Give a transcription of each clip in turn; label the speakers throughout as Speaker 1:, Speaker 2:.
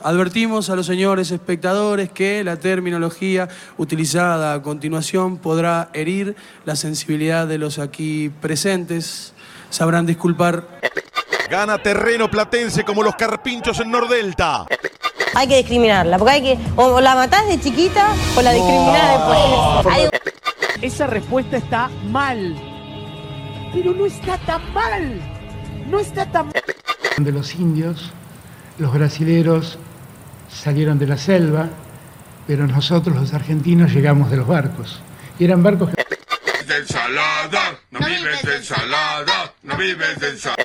Speaker 1: Advertimos a los señores espectadores que la terminología utilizada a continuación podrá herir la sensibilidad de los aquí presentes. Sabrán
Speaker 2: Eh,
Speaker 1: disculpar.
Speaker 3: Gana terreno platense como los carpinchos en Nordelta.
Speaker 4: Hay que discriminarla, porque hay que. O la matás de chiquita o la discriminás después. Hay-
Speaker 5: Esa respuesta está mal. Pero no está tan mal. No está tan mal.
Speaker 6: de los indios, los brasileros salieron de la selva, pero nosotros los argentinos llegamos de los barcos. Y eran barcos que
Speaker 7: de ensalada, no vives de ensalada, no vives de ensalada.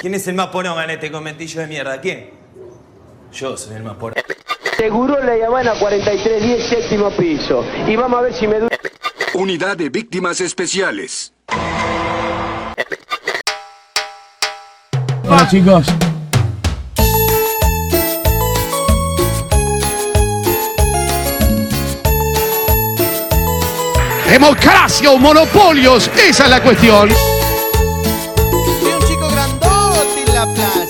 Speaker 8: ¿Quién es el más poronga en este comentillo de mierda? ¿Quién? Yo soy el más poronga.
Speaker 2: Seguro la Habana 4310 séptimo piso. Y vamos a ver si me duele.
Speaker 9: Unidad de Víctimas Especiales.
Speaker 10: Bueno, chicos.
Speaker 11: Democracia o monopolios, esa es la cuestión.
Speaker 12: Soy un chico grandote en la plaza.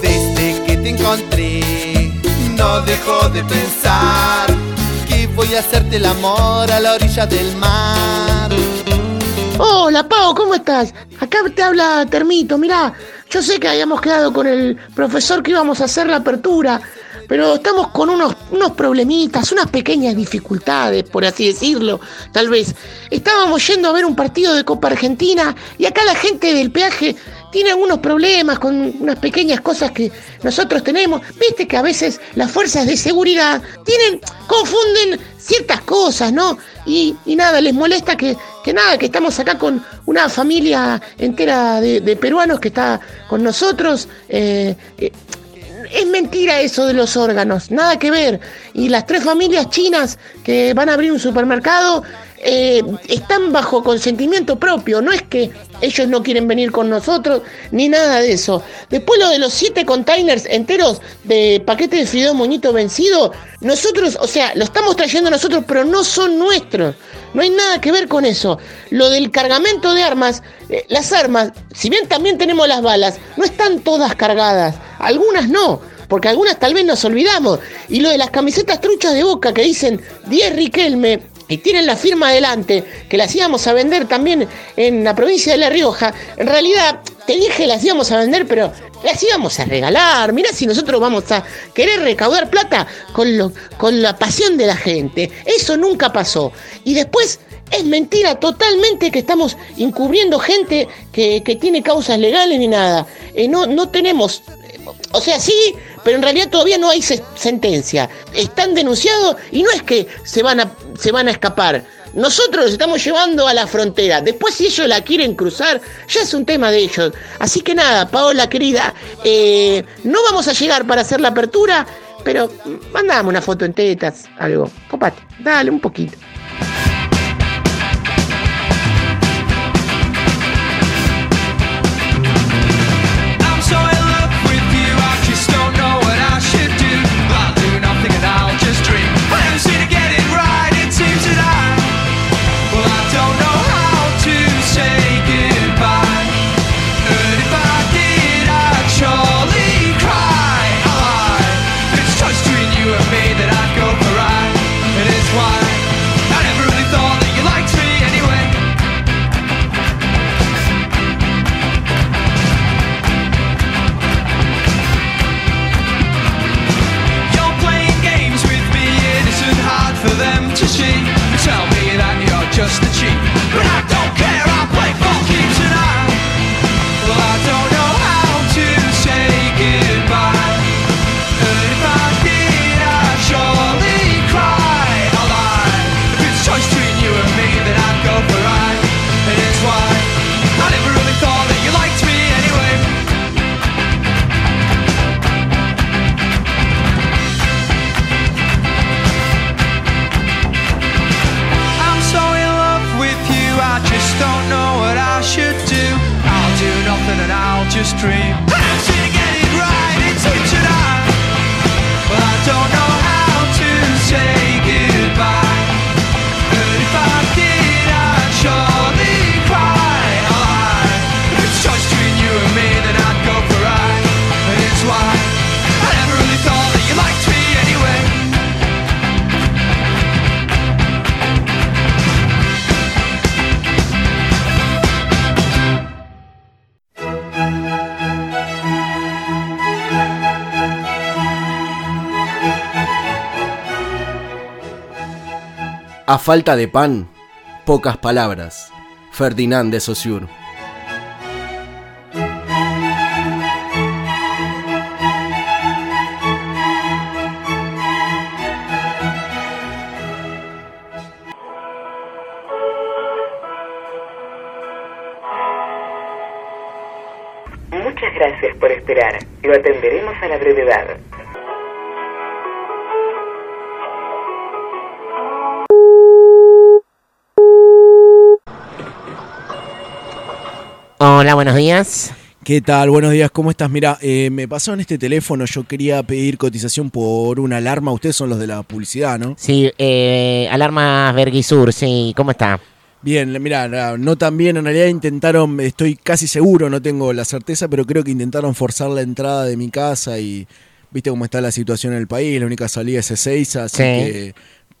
Speaker 12: Desde que te encontré, no dejo de pensar que voy a hacerte el amor a la orilla del mar.
Speaker 13: Hola Pau, ¿cómo estás? Acá te habla Termito, mirá, yo sé que habíamos quedado con el profesor que íbamos a hacer la apertura, pero estamos con unos, unos problemitas, unas pequeñas dificultades, por así decirlo, tal vez. Estábamos yendo a ver un partido de Copa Argentina y acá la gente del peaje tiene algunos problemas con unas pequeñas cosas que nosotros tenemos. Viste que a veces las fuerzas de seguridad tienen, confunden ciertas cosas, ¿no? Y, y nada, les molesta que, que nada, que estamos acá con una familia entera de, de peruanos que está con nosotros. eh, eh, es mentira eso de los órganos, nada que ver. Y las tres familias chinas que van a abrir un supermercado eh, están bajo consentimiento propio, no es que ellos no quieren venir con nosotros ni nada de eso. Después lo de los siete containers enteros de paquete de fideo moñito vencido, nosotros, o sea, lo estamos trayendo nosotros, pero no son nuestros. No hay nada que ver con eso. Lo del cargamento de armas, eh, las armas, si bien también tenemos las balas, no están todas cargadas. Algunas no, porque algunas tal vez nos olvidamos. Y lo de las camisetas truchas de boca que dicen 10 Riquelme y tienen la firma adelante, que las íbamos a vender también eh, en la provincia de La Rioja, en realidad te dije las íbamos a vender, pero las íbamos a regalar. Mirá si nosotros vamos a querer recaudar plata con, lo, con la pasión de la gente. Eso nunca pasó. Y después es mentira totalmente que estamos encubriendo gente que, que tiene causas legales ni nada. Eh, no, no tenemos o sea, sí, pero en realidad todavía no hay se- sentencia. Están denunciados y no es que se van a, se van a escapar. Nosotros los estamos llevando a la frontera. Después, si ellos la quieren cruzar, ya es un tema de ellos. Así que nada, Paola querida, eh, no vamos a llegar para hacer la apertura, pero mandame una foto en tetas, algo. Copate, dale un poquito.
Speaker 14: I'm so in love with you, I just don't know what I should do. I'll do nothing and I'll just drink. I never seem to get it right, it seems that I. Well, I don't know how to say goodbye. And if I did, I'd surely cry. I lie. It's just between you and me that I'd go for right. It is why I never really thought that you liked me anyway. You're playing games with me, it isn't hard for them to see. You tell me that you're just a cheat, but I don't care. I play ball games and I, well, I don't know how to say goodbye. And if I did, I'd surely cry a lie. If it's choice between you and me, then I'd go for I, and it's why I never really thought that you liked me anyway. I'm so in love with you, I just don't know what I should do. I'll do nothing and I'll just dream. I'm seem to get it right, it seems that I. Well, I don't know how to say goodbye. Oh, But if I did, I'd surely cry. I lie. If it's
Speaker 10: A falta de pan, pocas palabras. Ferdinand de Saussure.
Speaker 15: Muchas gracias por esperar. Lo atenderemos a la brevedad.
Speaker 13: Hola, buenos días.
Speaker 12: ¿Qué tal? Buenos días, ¿cómo estás? Mira, eh, me pasó en este teléfono, yo quería pedir cotización por una alarma. Ustedes son los de la publicidad, ¿no?
Speaker 13: Sí, eh, Alarmas Verguisur, sí, ¿cómo está?
Speaker 12: Bien, mira, no tan bien, en realidad intentaron, estoy casi seguro, no tengo la certeza, pero creo que intentaron forzar la entrada de mi casa y viste cómo está la situación en el país, la única salida es Ezeiza, así
Speaker 13: Sí.
Speaker 12: que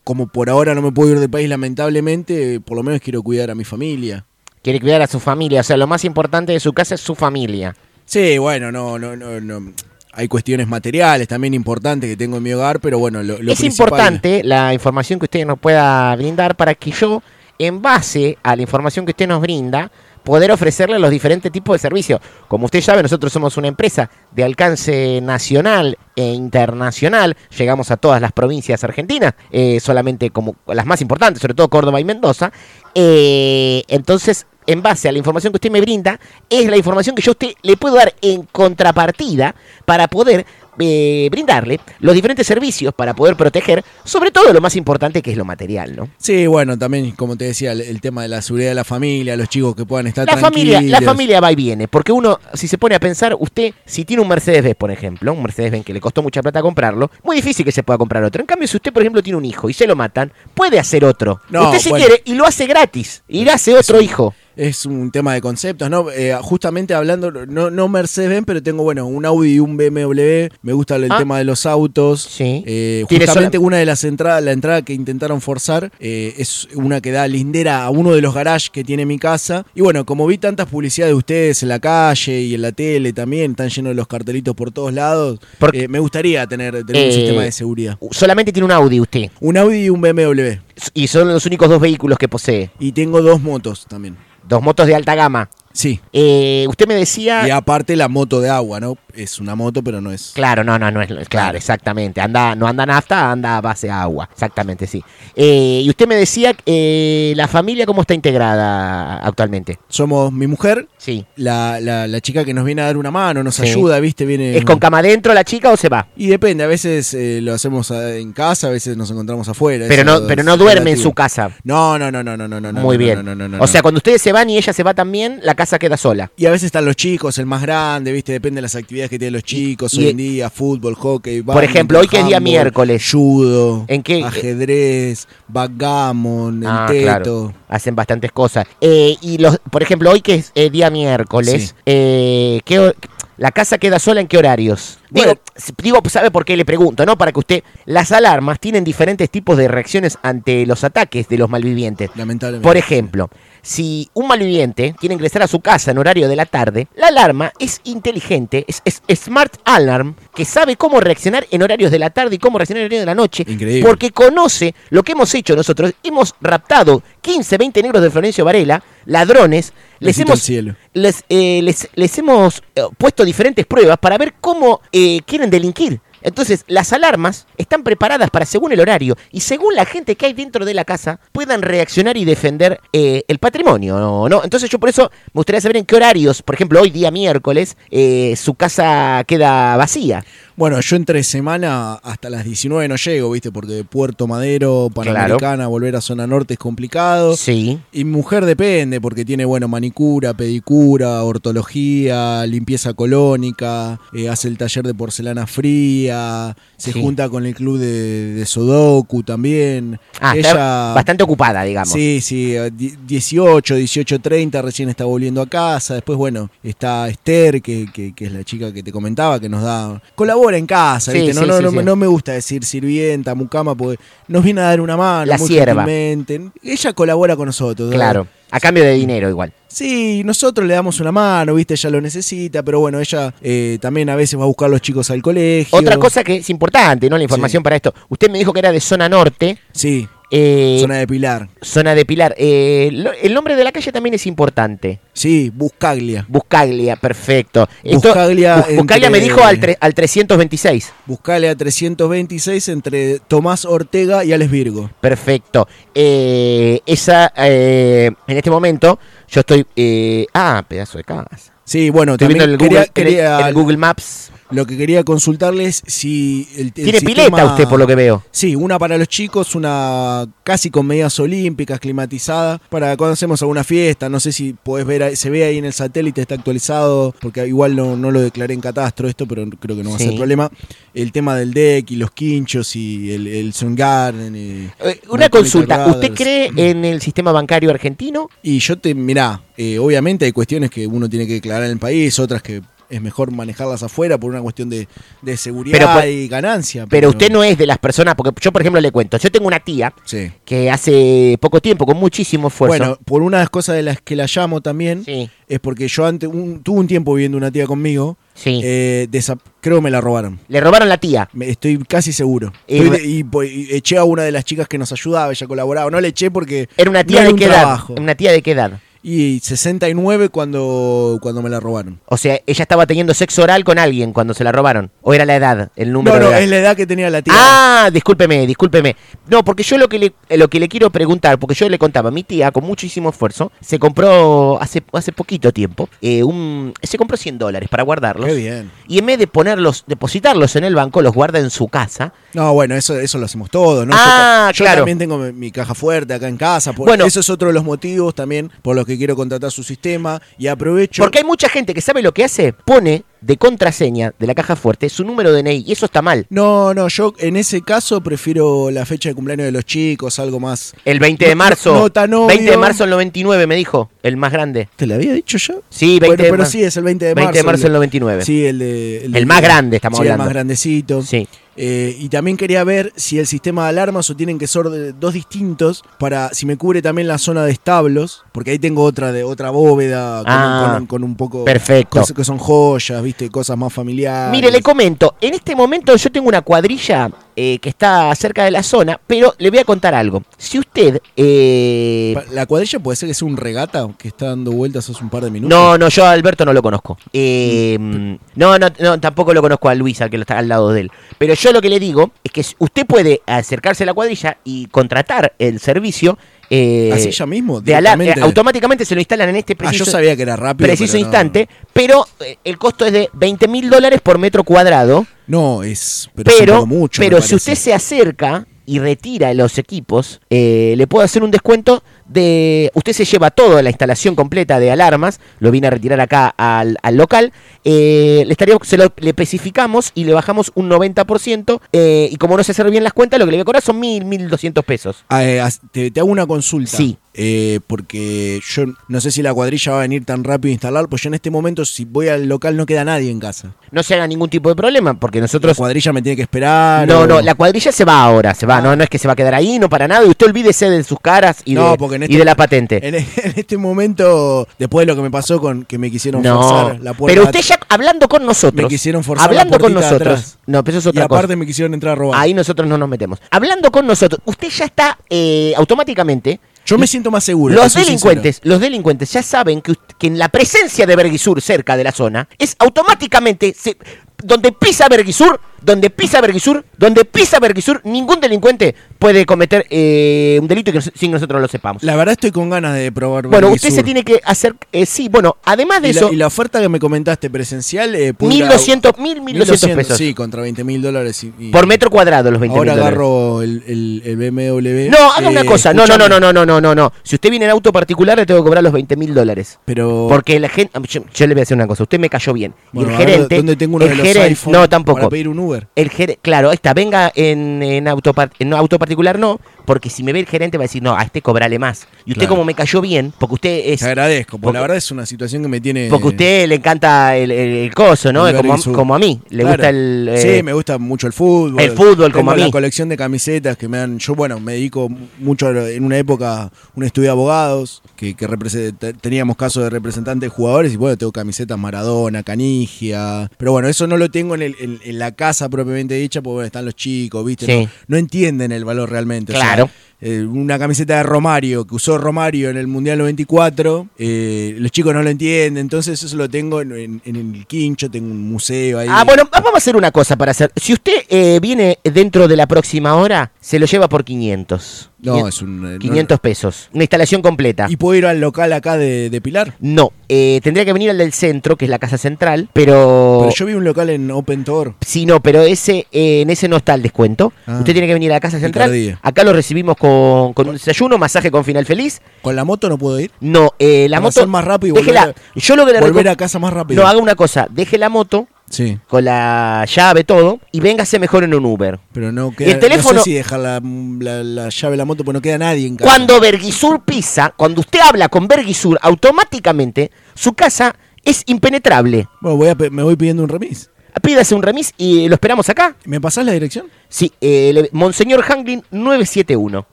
Speaker 12: como por ahora no me puedo ir del país lamentablemente, por lo menos quiero cuidar a mi familia.
Speaker 13: Quiere cuidar a su familia, o sea, lo más importante de su casa es su familia.
Speaker 12: Sí, bueno, no, no, no, no. Hay cuestiones materiales también importantes que tengo en mi hogar, pero bueno, lo, lo
Speaker 13: es
Speaker 12: principal-
Speaker 13: importante la información que usted nos pueda brindar para que yo, en base a la información que usted nos brinda, poder ofrecerle los diferentes tipos de servicios. Como usted sabe, nosotros somos una empresa de alcance nacional e internacional. Llegamos a todas las provincias argentinas, eh, solamente como las más importantes, sobre todo Córdoba y Mendoza. Eh, entonces, en base a la información que usted me brinda, es la información que yo a usted le puedo dar en contrapartida para poder eh, brindarle los diferentes servicios para poder proteger, sobre todo lo más importante que es lo material, ¿no?
Speaker 12: Sí, bueno, también, como te decía, el, el tema de la seguridad de la familia, los chicos que puedan estar
Speaker 13: La familia, la
Speaker 12: tranquilos.
Speaker 13: familia va y viene, porque uno, si se pone a pensar, usted, si tiene un Mercedes-Benz, por ejemplo, un Mercedes-Benz que le costó mucha plata comprarlo, muy difícil que se pueda comprar otro. En cambio, si usted, por ejemplo, tiene un hijo y se lo matan, puede hacer otro.
Speaker 12: No,
Speaker 13: usted si
Speaker 12: bueno.
Speaker 13: quiere y lo hace gratis, y le hace otro hijo.
Speaker 12: Es un tema de conceptos, ¿no? Eh, justamente hablando, no, no Mercedes-Benz, pero tengo, bueno, un Audi y un BMW. Me gusta el
Speaker 13: Ah.
Speaker 12: tema de los autos. Sí.
Speaker 13: Tiene
Speaker 12: justamente
Speaker 13: sola-
Speaker 12: una de las entradas, la entrada que intentaron forzar, eh, es una que da lindera a uno de los garages que tiene mi casa. Y bueno, como vi tantas publicidades de ustedes en la calle y en la tele también, están llenos de los cartelitos por todos lados, eh, me gustaría tener, tener un
Speaker 13: Eh,
Speaker 12: sistema de seguridad.
Speaker 13: Solamente tiene un Audi usted.
Speaker 12: Un Audi y un BMW.
Speaker 13: Y son los únicos dos vehículos que posee.
Speaker 12: Y tengo dos motos también.
Speaker 13: Dos motos de alta gama.
Speaker 12: Sí.
Speaker 13: Eh, usted me decía...
Speaker 12: Y aparte la moto de agua, ¿no? Es una moto, pero no es.
Speaker 13: Claro, no, no, no es claro, exactamente. Anda, no anda nafta, anda a base a agua. Exactamente, sí. Eh, y usted me decía, eh, la familia cómo está integrada actualmente.
Speaker 12: Somos mi mujer,
Speaker 13: sí.
Speaker 12: la, la- la chica que nos viene a dar una mano, nos
Speaker 13: Sí.
Speaker 12: ayuda, ¿viste? Viene,
Speaker 13: ¿Es con cama adentro la chica o se va?
Speaker 12: Y depende, a veces eh, lo hacemos eh, en casa, a veces nos encontramos afuera.
Speaker 13: Pero
Speaker 12: eso
Speaker 13: no, pero
Speaker 12: es
Speaker 13: no duerme en
Speaker 12: relativo.
Speaker 13: su casa.
Speaker 12: No, no, no, no, no, no, no. no,
Speaker 13: Muy
Speaker 12: no,
Speaker 13: bien.
Speaker 12: no, no, no, no,
Speaker 13: o sea,
Speaker 12: no.
Speaker 13: cuando ustedes se van y ella se va también, la casa queda sola.
Speaker 12: Y a veces están los chicos, el más grande, ¿viste? Depende de las actividades que tienen los chicos
Speaker 13: y- e-
Speaker 12: hoy en día, fútbol, hockey,
Speaker 13: Por ejemplo, hoy que es día miércoles.
Speaker 12: Judo,
Speaker 13: ¿En qué?
Speaker 12: ajedrez, backgammon, el
Speaker 13: Ah,
Speaker 12: teto.
Speaker 13: claro. Hacen bastantes cosas. Eh, y los, por ejemplo, hoy que es eh, día miércoles,
Speaker 12: Sí.
Speaker 13: eh, ¿qué hor- ¿la casa queda sola en qué horarios? digo, s- digo, ¿sabe por qué le pregunto? ¿No? Para que usted. Las alarmas tienen diferentes tipos de reacciones ante los ataques de los malvivientes.
Speaker 12: Lamentablemente.
Speaker 13: Por ejemplo, si un malviviente quiere ingresar a su casa en horario de la tarde, la alarma es inteligente, es, es- es Smart Alarm, que sabe cómo reaccionar en horarios de la tarde y cómo reaccionar en horarios de la noche.
Speaker 12: Increíble.
Speaker 13: Porque conoce lo que hemos hecho nosotros. Hemos raptado 15, 20 negros de Florencio Varela, ladrones. Les
Speaker 12: Besito al
Speaker 13: hemos,
Speaker 12: cielo.
Speaker 13: les, eh, les- les hemos eh, puesto diferentes pruebas para ver cómo eh, quieren delinquir. Entonces, las alarmas están preparadas para, según el horario y según la gente que hay dentro de la casa, puedan reaccionar y defender eh, el patrimonio, ¿no? ¿no? Entonces, yo por eso me gustaría saber en qué horarios, por ejemplo, hoy día miércoles, eh, su casa queda vacía.
Speaker 12: Bueno, yo entre semana hasta las 19 no llego, ¿viste? Porque de Puerto Madero, Panamericana, volver a zona norte es complicado.
Speaker 13: Sí.
Speaker 12: Y mujer depende, porque tiene, bueno, manicura, pedicura, ortología, limpieza colónica, eh, hace el taller de porcelana fría, se
Speaker 13: Sí.
Speaker 12: junta con el club de, de Sudoku también.
Speaker 13: Ah, está bastante ocupada, digamos.
Speaker 12: Sí, sí, eh, die- 18, 18, 30, recién está volviendo a casa. Después, bueno, está Esther, que, que- que es la chica que te comentaba, que nos da. Colabora en casa,
Speaker 13: Sí,
Speaker 12: ¿viste? No,
Speaker 13: sí,
Speaker 12: no,
Speaker 13: sí,
Speaker 12: no,
Speaker 13: sí.
Speaker 12: me- no me gusta decir sirvienta, mucama, porque nos viene a dar una mano.
Speaker 13: La
Speaker 12: muy
Speaker 13: sierva.
Speaker 12: gentilmente. Ella colabora con nosotros. ¿verdad?
Speaker 13: Claro, a cambio de dinero igual.
Speaker 12: Sí, nosotros le damos una mano, viste, ella lo necesita, pero bueno, ella eh, también a veces va a buscar a los chicos al colegio.
Speaker 13: Otra cosa que es importante, ¿no? La información para esto. Usted me dijo que era de zona norte.
Speaker 12: Sí.
Speaker 13: Eh,
Speaker 12: Zona de Pilar.
Speaker 13: Zona de Pilar. Eh, lo- el nombre de la calle también es importante.
Speaker 12: Sí, Buscaglia.
Speaker 13: Buscaglia, perfecto. Esto-
Speaker 12: Buscaglia
Speaker 13: Bus- Buscaglia
Speaker 12: entre-
Speaker 13: me dijo al, tre- al 326.
Speaker 12: Buscaglia 326 entre Tomás Ortega y Alex Virgo.
Speaker 13: Perfecto. Eh, esa, eh, en este momento, yo estoy. eh, ah, pedazo de casa.
Speaker 12: Sí, bueno,
Speaker 13: Estoy viendo
Speaker 12: también
Speaker 13: el
Speaker 12: quería-
Speaker 13: Google- el-
Speaker 12: quería-
Speaker 13: el Google Maps.
Speaker 12: Lo que quería consultarles si el, el
Speaker 13: Tiene pileta usted, por lo que veo.
Speaker 12: Sí, una para los chicos, una casi con medidas olímpicas, climatizada, para cuando hacemos alguna fiesta, no sé si podés ver, ahí- se ve ahí en el satélite, está actualizado, porque igual no, no lo declaré en catastro esto, pero creo que no va a
Speaker 13: Sí.
Speaker 12: ser problema. El tema del deck y los quinchos y el, el sun garden. y-
Speaker 13: Eh, Una
Speaker 12: North
Speaker 13: consulta.
Speaker 12: American
Speaker 13: ¿Usted
Speaker 12: Brothers.
Speaker 13: cree en el sistema bancario argentino?
Speaker 12: Y yo te, mirá, eh, obviamente hay cuestiones que uno tiene que declarar en el país, otras que es mejor manejarlas afuera por una cuestión de, de seguridad
Speaker 13: Pero por-
Speaker 12: y ganancia.
Speaker 13: Pero usted no es de las personas, porque yo, por ejemplo, le cuento. Yo tengo una tía
Speaker 12: Sí.
Speaker 13: que hace poco tiempo, con muchísimo esfuerzo.
Speaker 12: Bueno, por una de las cosas de las que la llamo también, es porque yo antes un- tuve un tiempo viviendo una tía conmigo, eh, desa- creo que me la robaron.
Speaker 13: le robaron la tía.
Speaker 12: Me- Estoy casi seguro.
Speaker 13: Y
Speaker 12: Estoy
Speaker 13: me-
Speaker 12: de- y, po- y eché a una de las chicas que nos ayudaba, ella colaboraba. No le eché porque
Speaker 13: Era una
Speaker 12: no
Speaker 13: tía de
Speaker 12: un
Speaker 13: qué edad.
Speaker 12: trabajo.
Speaker 13: Una tía de qué edad.
Speaker 12: Y 69 cuando, cuando me la robaron.
Speaker 13: O sea, ella estaba teniendo sexo oral con alguien cuando se la robaron. ¿O era la edad, el número
Speaker 12: No, no,
Speaker 13: de edad?
Speaker 12: es la edad que tenía la tía.
Speaker 13: Ah, discúlpeme, discúlpeme. No, porque yo lo que le, eh, lo que le quiero preguntar, porque yo le contaba, mi tía, con muchísimo esfuerzo, se compró hace, hace poquito tiempo, eh, un, se compró 100 dólares para guardarlos.
Speaker 12: Qué bien.
Speaker 13: Y en vez de ponerlos, depositarlos en el banco, los guarda en su casa.
Speaker 12: No, bueno, eso, eso lo hacemos todos, ¿no? Yo
Speaker 13: Ah,
Speaker 12: ta- yo,
Speaker 13: claro.
Speaker 12: también tengo mi, mi caja fuerte acá en casa. por-
Speaker 13: Bueno.
Speaker 12: eso es otro de los motivos también por los que quiero contratar su sistema. Y aprovecho.
Speaker 13: Porque hay mucha gente que sabe lo que hace, pone de contraseña de la caja fuerte su número de DNI, y eso está mal.
Speaker 12: No, no, yo en ese caso prefiero la fecha de cumpleaños de los chicos, algo más.
Speaker 13: El 20 de
Speaker 12: No-
Speaker 13: marzo.
Speaker 12: no tan obvio.
Speaker 13: 20 de marzo del 99, me dijo, el más grande.
Speaker 12: ¿Te lo había dicho yo?
Speaker 13: Sí, 20
Speaker 12: Bueno,
Speaker 13: de
Speaker 12: pero
Speaker 13: marzo.
Speaker 12: sí, es el 20 de marzo.
Speaker 13: 20 de marzo
Speaker 12: el-
Speaker 13: del 99.
Speaker 12: Sí, el de-
Speaker 13: El más grande, estamos
Speaker 12: sí,
Speaker 13: hablando.
Speaker 12: El más grandecito.
Speaker 13: Sí.
Speaker 12: Eh, y también quería ver si el sistema de alarmas o tienen que ser de- dos distintos para si me cubre también la zona de establos, porque ahí tengo otra de otra bóveda con,
Speaker 13: Ah,
Speaker 12: con- con un poco
Speaker 13: perfecto.
Speaker 12: cosas que son joyas, viste, cosas más familiares.
Speaker 13: Mire, le comento, en este momento yo tengo una cuadrilla eh, que está cerca de la zona, pero le voy a contar algo. Si usted... eh,
Speaker 12: Pa- la cuadrilla puede ser que sea un regata que está dando vueltas hace un par de minutos. Mm.
Speaker 13: no, no, yo a Alberto no lo conozco. Eh, no, no, no, tampoco lo conozco a Luis, al que lo está al lado de él. Pero yo lo que le digo es que usted puede acercarse a la cuadrilla y contratar el servicio... eh,
Speaker 12: Así ya mismo,
Speaker 13: de alarma.
Speaker 12: directamente.
Speaker 13: automáticamente se lo instalan en este
Speaker 12: Ah,
Speaker 13: preciso,
Speaker 12: yo sabía que era rápido,
Speaker 13: preciso
Speaker 12: pero no.
Speaker 13: instante, pero eh, el costo es de 20 mil dólares por metro cuadrado.
Speaker 12: No, es pero, es un
Speaker 13: Pero,
Speaker 12: poco mucho, me
Speaker 13: pero si
Speaker 12: parece.
Speaker 13: usted se acerca y retira los equipos, eh, le puedo hacer un descuento de... Usted se lleva toda la instalación completa de alarmas, lo vine a retirar acá al, al local, eh, le, estaría, se lo, le especificamos y le bajamos un 90%, eh, y como no se hacer bien las cuentas, lo que le voy a cobrar son 1.000, 1.200 pesos.
Speaker 12: Ah, eh, as- te, te hago una consulta.
Speaker 13: Sí.
Speaker 12: Eh, porque yo no sé si la cuadrilla va a venir tan rápido a instalar, pues yo en este momento, si voy al local, no queda nadie en casa.
Speaker 13: No se haga ningún tipo de problema, porque nosotros...
Speaker 12: La cuadrilla Ah. me tiene que esperar.
Speaker 13: No,
Speaker 12: o-
Speaker 13: no, la cuadrilla se va ahora, se va, no, no es que se va a quedar ahí, no para nada, y usted olvídese de sus caras y,
Speaker 12: No,
Speaker 13: de,
Speaker 12: porque en
Speaker 13: y
Speaker 12: este-
Speaker 13: de la patente.
Speaker 12: En, en este momento, después de lo que me pasó con que me quisieron
Speaker 13: No,
Speaker 12: forzar la puerta.
Speaker 13: pero usted ya hablando con nosotros.
Speaker 12: Me quisieron forzar
Speaker 13: Hablando
Speaker 12: la
Speaker 13: con
Speaker 12: puertita
Speaker 13: nosotros.
Speaker 12: atrás.
Speaker 13: No, pero eso es
Speaker 12: Y
Speaker 13: otra
Speaker 12: aparte
Speaker 13: cosa.
Speaker 12: me quisieron entrar a robar.
Speaker 13: Ahí nosotros no nos metemos. Hablando con nosotros, usted ya está eh, automáticamente.
Speaker 12: Yo me siento más seguro.
Speaker 13: Los
Speaker 12: eso soy
Speaker 13: delincuentes, los delincuentes ya saben que, ust- que en la presencia de Berguisur cerca de la zona es automáticamente se- donde pisa Berguisur, donde pisa Berguisur, donde pisa Berguisur, ningún delincuente puede cometer eh, un delito que nos- sin nosotros lo sepamos.
Speaker 12: La verdad estoy con ganas de probar.
Speaker 13: bueno,
Speaker 12: Burger
Speaker 13: usted se
Speaker 12: Sur.
Speaker 13: tiene que hacer eh, sí, bueno, además de
Speaker 12: Y la-
Speaker 13: eso
Speaker 12: y la oferta que me comentaste presencial. Eh, puedo ir a-
Speaker 13: 1200 mil 1200 pesos.
Speaker 12: Sí, contra 20 mil dólares. y- y-
Speaker 13: Por metro cuadrado los 20
Speaker 12: Ahora
Speaker 13: dólares.
Speaker 12: agarro el, el- el BMW.
Speaker 13: No, haga una
Speaker 12: Eh,
Speaker 13: cosa. No, no, no,
Speaker 12: escúchame,
Speaker 13: no, no, no, no, no, no. Si usted viene en auto particular, le tengo que cobrar los 20 mil dólares.
Speaker 12: Pero.
Speaker 13: Porque la gente. Yo, yo le voy a decir una cosa. Usted me cayó bien. Y
Speaker 12: Bueno,
Speaker 13: el
Speaker 12: a ver,
Speaker 13: gerente.
Speaker 12: ¿dónde tengo uno
Speaker 13: el
Speaker 12: de los
Speaker 13: gerente-
Speaker 12: iPhone
Speaker 13: No, tampoco.
Speaker 12: para pedir un Uber?
Speaker 13: El ger- claro, ahí está. Venga en, en auto, par- en auto particular, no. Porque si me ve el gerente, va a decir, no, a este cobrale más. Y usted,
Speaker 12: Claro.
Speaker 13: como me cayó bien, porque usted es.
Speaker 12: Te agradezco, porque
Speaker 13: porque-
Speaker 12: la verdad es una situación que me tiene.
Speaker 13: Porque a usted le encanta el, el- el coso, ¿no?
Speaker 12: el
Speaker 13: Como,
Speaker 12: Berguisur.
Speaker 13: como a mí. Le
Speaker 12: Claro.
Speaker 13: gusta el. eh,
Speaker 12: sí, me gusta mucho el fútbol.
Speaker 13: el fútbol,
Speaker 12: Tengo
Speaker 13: como a mí.
Speaker 12: La colección de camisetas que me dan. Yo, bueno, me dedico mucho a lo- en una época un estudio de abogados que, que represe- te- teníamos casos de representantes de jugadores y bueno, tengo camisetas Maradona, Canigia. Pero bueno, eso no lo tengo en, el- en- en la casa propiamente dicha porque bueno, están los chicos, ¿viste?
Speaker 13: Sí.
Speaker 12: No, no entienden el valor realmente. o sea,
Speaker 13: Claro.
Speaker 12: eh, una camiseta de Romario, que usó Romario en el Mundial 94. eh, los chicos no lo entienden, entonces eso lo tengo en, en- en el quincho, tengo un museo ahí.
Speaker 13: Ah, bueno, vamos a hacer una cosa para hacer. Si usted eh, viene dentro de la próxima hora, se lo lleva por 500.
Speaker 12: No,
Speaker 13: Quinien-
Speaker 12: es un, eh, no-
Speaker 13: 500 pesos. Una instalación completa.
Speaker 12: ¿Y puedo ir al local acá de, de Pilar?
Speaker 13: No, eh, tendría que venir al del centro, que es la casa central, pero...
Speaker 12: Pero yo vi un local en Open Tour.
Speaker 13: Sí, no, pero ese eh, en ese no está el descuento.
Speaker 12: Ah.
Speaker 13: Usted tiene que venir a la casa
Speaker 12: Qué
Speaker 13: central.
Speaker 12: tardía.
Speaker 13: Acá lo recibimos con, con un desayuno, masaje con final feliz.
Speaker 12: ¿Con la moto no puedo ir?
Speaker 13: No, eh, la
Speaker 12: Para
Speaker 13: moto...
Speaker 12: hacer más rápido y
Speaker 13: déjela-
Speaker 12: volver a-
Speaker 13: yo lo que le
Speaker 12: volver
Speaker 13: recom-
Speaker 12: a casa más rápido.
Speaker 13: No, haga una cosa. Deje la moto
Speaker 12: Sí.
Speaker 13: con la llave, todo, y véngase mejor en un Uber.
Speaker 12: Pero no
Speaker 13: Y
Speaker 12: queda.
Speaker 13: el teléfono-
Speaker 12: No sé si dejar la, la- la llave de la moto, porque no queda nadie en casa.
Speaker 13: Cuando Berguisur pisa, cuando usted habla con Berguisur, automáticamente su casa es impenetrable.
Speaker 12: Bueno, voy a pe- me voy pidiendo un remis.
Speaker 13: Pídase un remis y lo esperamos acá.
Speaker 12: ¿Me pasás la dirección?
Speaker 13: Sí, eh, le- Monseñor Hanglin 971.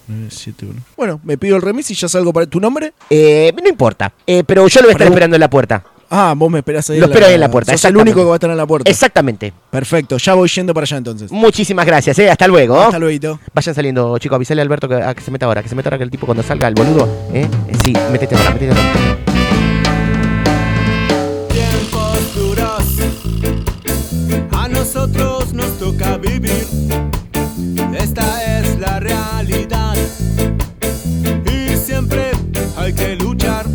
Speaker 12: 971. Bueno, me pido el remis y ya salgo para. ¿Tu nombre?
Speaker 13: Eh, no importa, Eh, pero yo lo voy a estar
Speaker 12: Para-
Speaker 13: esperando en la puerta.
Speaker 12: Ah, vos me esperás ahí.
Speaker 13: Lo espero ahí en la puerta,
Speaker 12: Sos el
Speaker 13: exactamente.
Speaker 12: único que va a estar en la puerta.
Speaker 13: Exactamente.
Speaker 12: Perfecto, ya voy yendo para allá entonces.
Speaker 13: Muchísimas gracias, eh, hasta luego.
Speaker 12: Hasta luego.
Speaker 13: Vayan saliendo, chicos, avisale a Alberto que, a que se meta ahora, que se meta ahora que el tipo cuando salga, el boludo, eh, eh, sí, métete ahora, métete ahora.
Speaker 14: tiempos duros. A nosotros nos toca vivir. Esta es la realidad. Y siempre hay que luchar.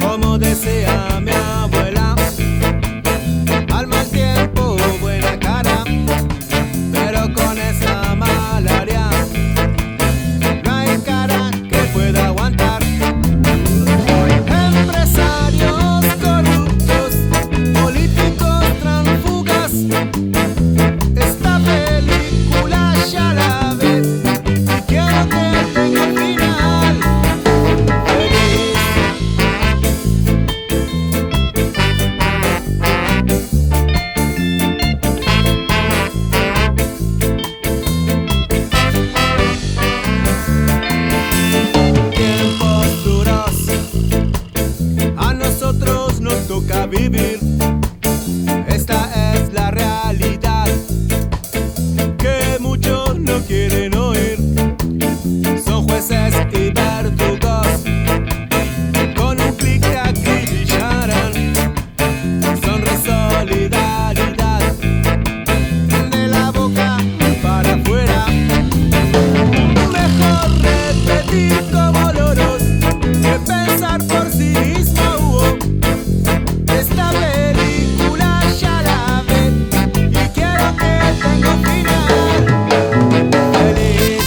Speaker 14: Como decía mi abuela. Al mal tiempo, buena cara. Pero con esa malaria. No hay cara que pueda aguantar. Empresarios corruptos, políticos transfugas. Esta película ya la ves y quiero que tenga un final feliz. Tiempos duros. A nosotros nos toca vivir. Esta es la realidad que muchos no quieren oír. Son jueces y verdugos. Con un clic te acribillarán. Son de solidaridad. De la boca para afuera. Mejor repetir como loros que pensar por sí mismo. hubo. Esta película ya la ve y quiero que tenga un final feliz.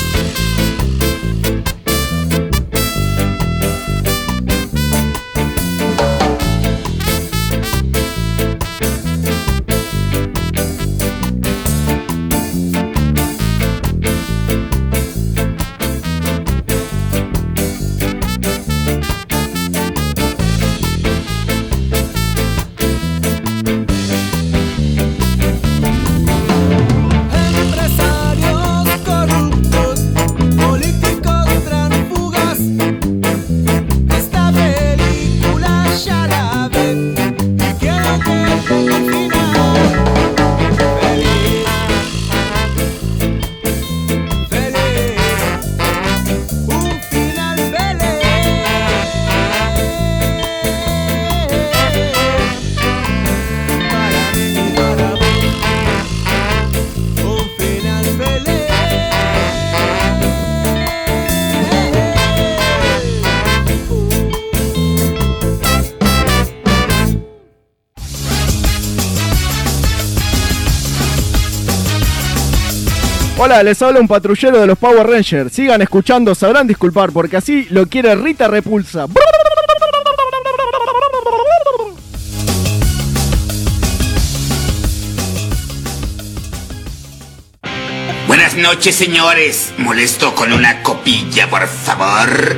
Speaker 14: Empresarios corruptos, políticos transfugas. Esta película ya la ven y quiero que tenga un final feliz. Feliz, un final feliz. Para mí y para vos. Un final feliz.
Speaker 16: Hola, les habla un patrullero de los Power Rangers. Sigan escuchando, sabrán disculpar, porque así lo quiere Rita Repulsa.
Speaker 17: Buenas noches, señores. Molesto con una copilla, por favor.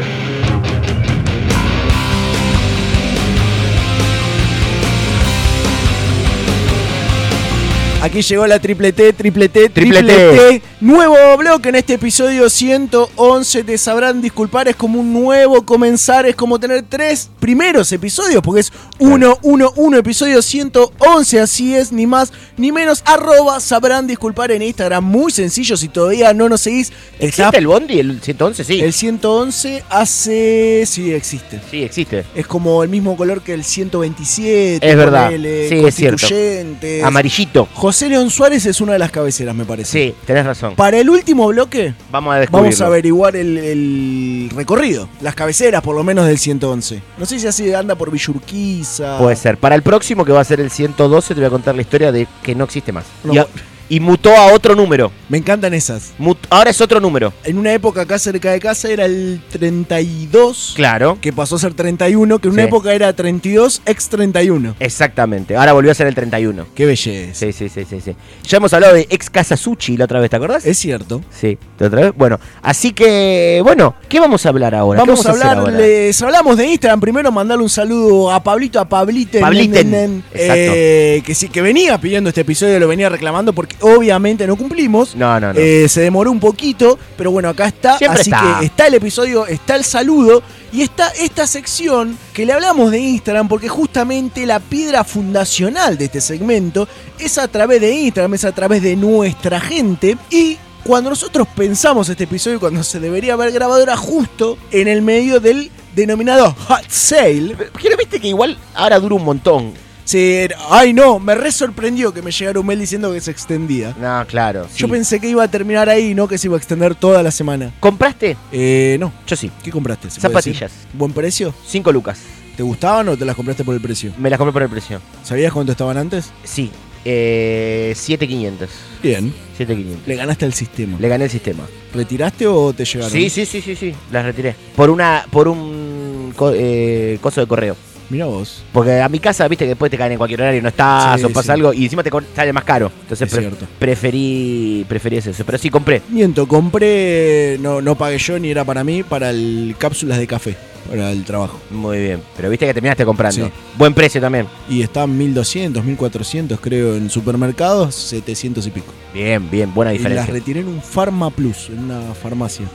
Speaker 12: Aquí llegó la triple T, triple T, triple,
Speaker 13: Triple
Speaker 12: T.
Speaker 13: T.
Speaker 12: Nuevo bloque en este episodio 111. Te sabrán disculpar, es como un nuevo comenzar, es como tener tres primeros episodios, porque es 1, 1, 1, episodio 111. Así es, ni más ni menos. Arroba sabrán disculpar en Instagram. Muy sencillo, si todavía no nos seguís. ¿Existe
Speaker 13: el Bondi? El 111, sí.
Speaker 12: El 111 hace. Sí, existe.
Speaker 13: Sí, existe.
Speaker 12: Es como el mismo color que el 127.
Speaker 13: Es verdad.
Speaker 12: ponele,
Speaker 13: Sí, es cierto.
Speaker 12: constituyentes.
Speaker 13: Amarillito.
Speaker 12: José León Suárez es una de las cabeceras, me parece.
Speaker 13: Sí, tenés razón.
Speaker 12: Para el último bloque,
Speaker 13: Vamos a descubrirlo.
Speaker 12: vamos a averiguar el, el recorrido. Las cabeceras, por lo menos, del 111. No sé si así anda por Villurquiza.
Speaker 13: Puede ser. Para el próximo, que va a ser el 112, te voy a contar la historia de que no existe más.
Speaker 12: No,
Speaker 13: y, a- y mutó a otro número.
Speaker 12: Me encantan esas.
Speaker 13: Mut- ahora es otro número.
Speaker 12: En una época acá cerca de casa era el 32,
Speaker 13: Claro.
Speaker 12: que pasó a ser 31, que en una
Speaker 13: Sí.
Speaker 12: época era 32, ex 31.
Speaker 13: Exactamente. Ahora volvió a ser el 31.
Speaker 12: Qué belleza.
Speaker 13: Sí, sí, sí, sí, sí. Ya hemos hablado de ex Casa Suchi la otra vez, ¿te acordás?
Speaker 12: Es cierto.
Speaker 13: Sí, la otra vez. Bueno, así que, bueno, ¿qué vamos a hablar ahora? ¿Qué
Speaker 12: Vamos a
Speaker 13: hacer
Speaker 12: hablar,
Speaker 13: ahora?
Speaker 12: les hablamos de Instagram. Primero mandarle un saludo a Pablito, a Pabliten.
Speaker 13: Pabliten,
Speaker 12: eh, que sí, que venía pidiendo este episodio, lo venía reclamando porque obviamente no cumplimos.
Speaker 13: No, no, no.
Speaker 12: Eh, se demoró un poquito, pero bueno, acá está.
Speaker 13: Siempre
Speaker 12: así
Speaker 13: está.
Speaker 12: que está el episodio, está el saludo y está esta sección que le hablamos de Instagram porque justamente la piedra fundacional de este segmento es a través de Instagram, es a través de nuestra gente y... Cuando nosotros pensamos este episodio, cuando se debería haber grabado, era justo en el medio del denominado hot sale.
Speaker 13: Pero viste que igual ahora dura un montón.
Speaker 12: Sí, era- ay no, me re sorprendió que me llegara un mail diciendo que se extendía.
Speaker 13: No, claro. sí.
Speaker 12: Yo pensé que iba a terminar ahí, no que se iba a extender toda la semana.
Speaker 13: ¿Compraste?
Speaker 12: Eh, no.
Speaker 13: Yo sí.
Speaker 12: ¿Qué compraste? ¿Se puede decir?
Speaker 13: Zapatillas.
Speaker 12: ¿Buen precio?
Speaker 13: Cinco lucas.
Speaker 12: ¿Te gustaban o te las compraste por el precio?
Speaker 13: Me las compré por el precio.
Speaker 12: ¿Sabías cuánto estaban antes?
Speaker 13: Sí. Eh, 7.500.
Speaker 12: Bien.
Speaker 13: 7.500.
Speaker 12: Le ganaste al sistema.
Speaker 13: Le gané el sistema.
Speaker 12: ¿Retiraste o te llegaron?
Speaker 13: Sí, sí, sí, sí, sí. Las retiré. Por una, por un co- eh, coso de correo.
Speaker 12: Mira vos.
Speaker 13: Porque a mi casa, viste, que después te caen en cualquier horario, no estás
Speaker 12: Sí,
Speaker 13: o pasa
Speaker 12: sí.
Speaker 13: algo y encima te co- sale más caro. Entonces
Speaker 12: Es
Speaker 13: pre-
Speaker 12: cierto.
Speaker 13: preferí, preferí hacer eso. Pero sí, compré.
Speaker 12: Miento, compré, no, no pagué yo ni era para mí, para el cápsulas de café, para el trabajo.
Speaker 13: Muy bien. Pero viste que terminaste comprando.
Speaker 12: Sí.
Speaker 13: Buen precio también.
Speaker 12: Y están 1200, 1400 creo en supermercados, 700 y pico.
Speaker 13: Bien, bien, buena
Speaker 12: Y las
Speaker 13: diferencia.
Speaker 12: retiré en un Pharma Plus, en una farmacia.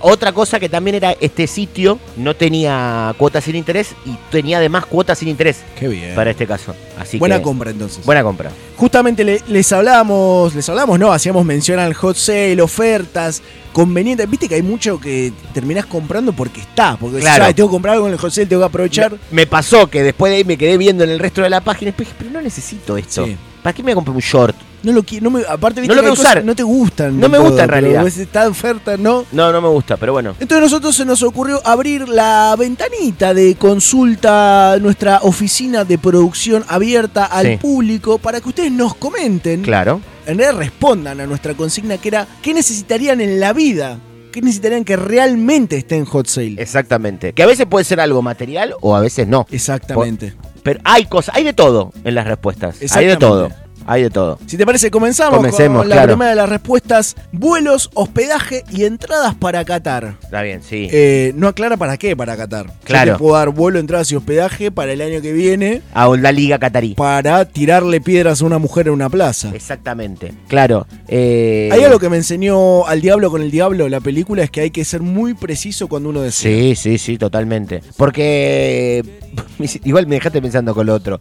Speaker 13: Otra cosa que también era este sitio no tenía cuotas sin interés y tenía además cuotas sin interés
Speaker 12: Qué bien.
Speaker 13: para este caso. Así
Speaker 12: Buena
Speaker 13: que-
Speaker 12: compra entonces.
Speaker 13: Buena compra.
Speaker 12: Justamente le- les hablamos, les hablamos, ¿no? Hacíamos mención al hot sale, ofertas, convenientes. Viste que hay mucho que terminás comprando porque está. Porque decís,
Speaker 13: Claro.
Speaker 12: "Ay, tengo que comprar algo en el hot sale, tengo que aprovechar.
Speaker 13: Me, me pasó que después de ahí me quedé viendo en el resto de la página y después dije, pero no necesito esto.
Speaker 12: Sí.
Speaker 13: ¿Para qué me compré un short?
Speaker 12: No lo qui- no me, aparte, viste
Speaker 13: No lo voy
Speaker 12: que
Speaker 13: a
Speaker 12: hay cosas
Speaker 13: usar.
Speaker 12: que no te gustan.
Speaker 13: No me gusta en
Speaker 12: pero
Speaker 13: realidad.
Speaker 12: vos decís, Está de oferta, ¿no?
Speaker 13: No, no me gusta, pero bueno.
Speaker 12: Entonces a nosotros se nos ocurrió abrir la ventanita de consulta, nuestra oficina de producción abierta al
Speaker 13: Sí.
Speaker 12: público para que ustedes nos comenten,
Speaker 13: Claro.
Speaker 12: en realidad respondan a nuestra consigna que era ¿qué necesitarían en la vida? ¿Qué necesitarían que realmente esté en hot sale?
Speaker 13: Exactamente. Que a veces puede ser algo material o a veces no.
Speaker 12: Exactamente.
Speaker 13: Pero hay cosas, hay de todo en las respuestas. Hay de
Speaker 12: Exactamente.
Speaker 13: todo. Hay de todo.
Speaker 12: Si te parece, comenzamos
Speaker 13: Comencemos,
Speaker 12: con la
Speaker 13: claro.
Speaker 12: primera de las respuestas. Vuelos, hospedaje y entradas para Qatar.
Speaker 13: Está bien, sí.
Speaker 12: Eh, no aclara para qué para Qatar. Yo
Speaker 13: Claro.
Speaker 12: te puedo dar vuelo, entradas y hospedaje para el año que viene.
Speaker 13: A Ah, la Liga Catarí.
Speaker 12: para tirarle piedras a una mujer en una plaza.
Speaker 13: Exactamente. Claro. eh,
Speaker 12: Hay algo que me enseñó al diablo con el diablo la película es que hay que ser muy preciso cuando uno desea.
Speaker 13: Sí, sí, sí, totalmente. Porque me hici- igual me dejaste pensando con lo otro.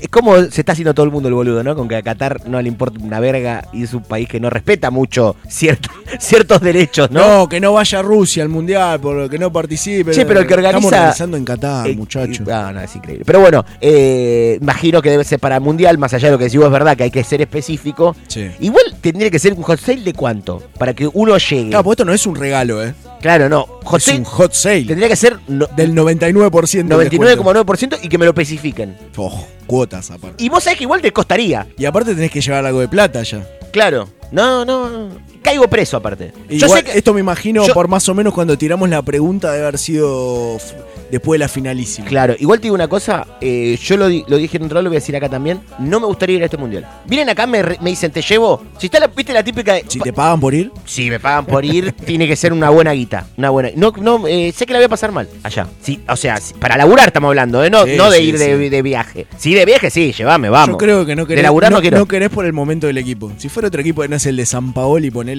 Speaker 13: Es como se está haciendo todo el mundo el boludo, ¿no? Con que a Qatar no le importa una verga y es un país que no respeta mucho cierto- ciertos derechos, ¿no?
Speaker 12: ¿no? que no vaya a Rusia al mundial, por que no participe.
Speaker 13: Che, pero el que organiza-
Speaker 12: Estamos organizando en Qatar,
Speaker 13: Eh,
Speaker 12: muchacho.
Speaker 13: ah, no, es increíble. Pero bueno, eh, imagino que debe ser para el mundial, más allá de lo que decís vos, es verdad que hay que ser específico.
Speaker 12: Sí.
Speaker 13: Igual tendría que ser un hot sale de cuánto para que uno llegue.
Speaker 12: Claro, porque esto no es un regalo, ¿eh?
Speaker 13: Claro, no. Hot
Speaker 12: es
Speaker 13: sale
Speaker 12: un hot sale
Speaker 13: tendría que ser no-
Speaker 12: del 99%. de descuento.
Speaker 13: 99,9% y que me lo especifiquen.
Speaker 12: Oh, cuotas aparte.
Speaker 13: Y vos sabés que igual te costaría.
Speaker 12: Y aparte tenés que llevar algo de plata ya.
Speaker 13: Claro. No, no. caigo preso aparte. Yo
Speaker 12: Igual,
Speaker 13: sé que-
Speaker 12: esto me imagino
Speaker 13: yo-
Speaker 12: por más o menos cuando tiramos la pregunta debe haber sido f- después de la finalísima.
Speaker 13: Claro, igual te digo una cosa, eh, yo lo, di- lo dije en un rol, lo voy a decir acá también, no me gustaría ir a este mundial. Vienen acá, me, re- me dicen, te llevo. Si está la, viste la típica de...
Speaker 12: Si te pagan por ir.
Speaker 13: Si me pagan por ir, tiene que ser una buena guita. Una buena. No, no, eh, sé que la voy a pasar mal allá. Sí, o sea, sí, para laburar estamos hablando, ¿eh? no,
Speaker 12: Sí,
Speaker 13: no de
Speaker 12: sí,
Speaker 13: ir de,
Speaker 12: sí.
Speaker 13: de viaje. Sí, de viaje, sí, llévame, vamos.
Speaker 12: Yo creo que no querés,
Speaker 13: De laburar no, quiero.
Speaker 12: querés por el momento del equipo. Si fuera otro equipo que no es el de San Paoli, ponele,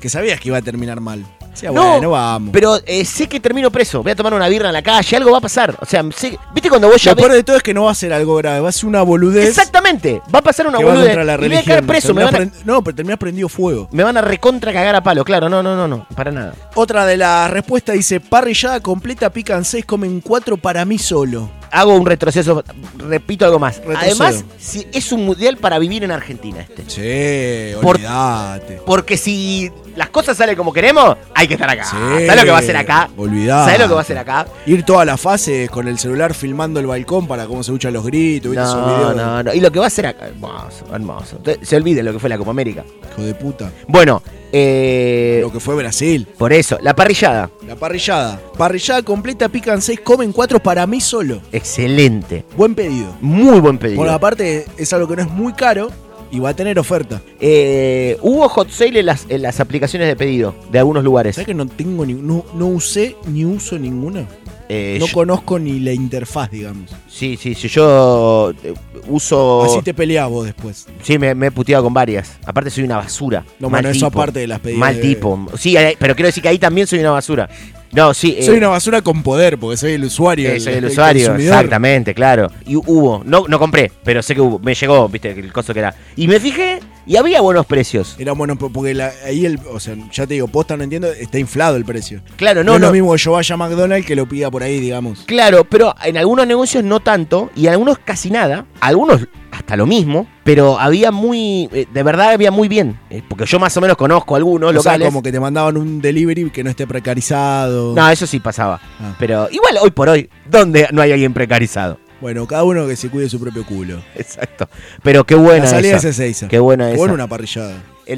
Speaker 12: que sabías que iba a terminar mal. Sea
Speaker 13: No,
Speaker 12: bueno, vamos.
Speaker 13: Pero eh, sé que termino preso, voy a tomar una birra en la calle, algo va a pasar. O sea, sé- ¿viste cuando vos ya
Speaker 12: Lo
Speaker 13: ves-
Speaker 12: peor de todo es que no va a ser algo grave, va a ser una boludez.
Speaker 13: Exactamente, va a pasar una
Speaker 12: que va
Speaker 13: boludez
Speaker 12: contra la
Speaker 13: y voy a
Speaker 12: religión.
Speaker 13: quedar preso, me
Speaker 12: Terminás
Speaker 13: van a-
Speaker 12: prend- No, pero terminás prendido fuego.
Speaker 13: Me van a recontra cagar a palo, claro, no, no, no, no, para nada.
Speaker 12: Otra de las respuestas dice: parrillada completa, pican 6, comen 4 para mí solo.
Speaker 13: Hago un retroceso, repito algo más.
Speaker 12: Retrocedo.
Speaker 13: Además, si es un mundial para vivir en Argentina este.
Speaker 12: Sí,
Speaker 13: Por-
Speaker 12: olvidate.
Speaker 13: Porque si las cosas salen como queremos, hay que estar acá.
Speaker 12: Sí,
Speaker 13: ¿Sabes lo que va a hacer acá?
Speaker 12: olvidate.
Speaker 13: ¿Sabes lo que va a hacer acá?
Speaker 12: Ir todas las fases con el celular filmando el balcón para cómo se escuchan los gritos, ¿viste esos
Speaker 13: No,
Speaker 12: videos?
Speaker 13: no, no. Y lo que va a hacer acá. Hermoso, hermoso. Te- Se olviden lo que fue la Copa América.
Speaker 12: Hijo de puta.
Speaker 13: Bueno, eh. Lo
Speaker 12: que fue Brasil.
Speaker 13: Por eso, la parrillada.
Speaker 12: La parrillada. Parrillada completa, pican 6, comen 4 para mí solo.
Speaker 13: Excelente.
Speaker 12: Buen pedido.
Speaker 13: Muy buen pedido.
Speaker 12: Por aparte, es algo que no es muy caro y va a tener oferta.
Speaker 13: Eh, hubo hot sale en las, en las aplicaciones de pedido de algunos lugares.
Speaker 12: ¿Sabes que no tengo ni, no, no usé ni uso ninguna?
Speaker 13: Eh,
Speaker 12: no
Speaker 13: yo-
Speaker 12: conozco ni la interfaz, digamos.
Speaker 13: sí, sí, sí. Yo eh, uso.
Speaker 12: Así te peleás vos después.
Speaker 13: Sí, me, me he puteado con varias. Aparte soy una basura.
Speaker 12: No,
Speaker 13: Mal
Speaker 12: bueno, eso
Speaker 13: tipo.
Speaker 12: aparte de las pedidas
Speaker 13: Mal
Speaker 12: de-
Speaker 13: tipo. Sí, eh, pero quiero decir que ahí también soy una basura. No, sí. eh,
Speaker 12: soy una basura con poder, porque soy el usuario.
Speaker 13: eh, soy el usuario,
Speaker 12: consumidor.
Speaker 13: exactamente, claro. Y hubo, no, no compré, pero sé que hubo, me llegó, viste, el coso que era. Y me fijé y había buenos precios.
Speaker 12: Era bueno, po- porque la- ahí el. O sea, ya te digo, posta no entiendo, está inflado el precio.
Speaker 13: Claro, no,
Speaker 12: es
Speaker 13: no.
Speaker 12: lo mismo que yo vaya a McDonald's que lo pida por ahí, digamos.
Speaker 13: Claro, pero en algunos negocios no tanto, y en algunos casi nada, algunos hasta lo mismo, pero había muy, eh, de verdad había muy bien, eh, porque yo más o menos conozco algunos
Speaker 12: o sea,
Speaker 13: locales.
Speaker 12: como que te mandaban un delivery que no esté precarizado.
Speaker 13: No, eso sí pasaba.
Speaker 12: Ah.
Speaker 13: Pero igual hoy por hoy, ¿dónde no hay alguien precarizado?
Speaker 12: Bueno, cada uno que se cuide su propio culo.
Speaker 13: Exacto. Pero qué buena
Speaker 12: La salida
Speaker 13: esa.
Speaker 12: es Ezeiza.
Speaker 13: Qué buena esa.
Speaker 12: Con una parrillada.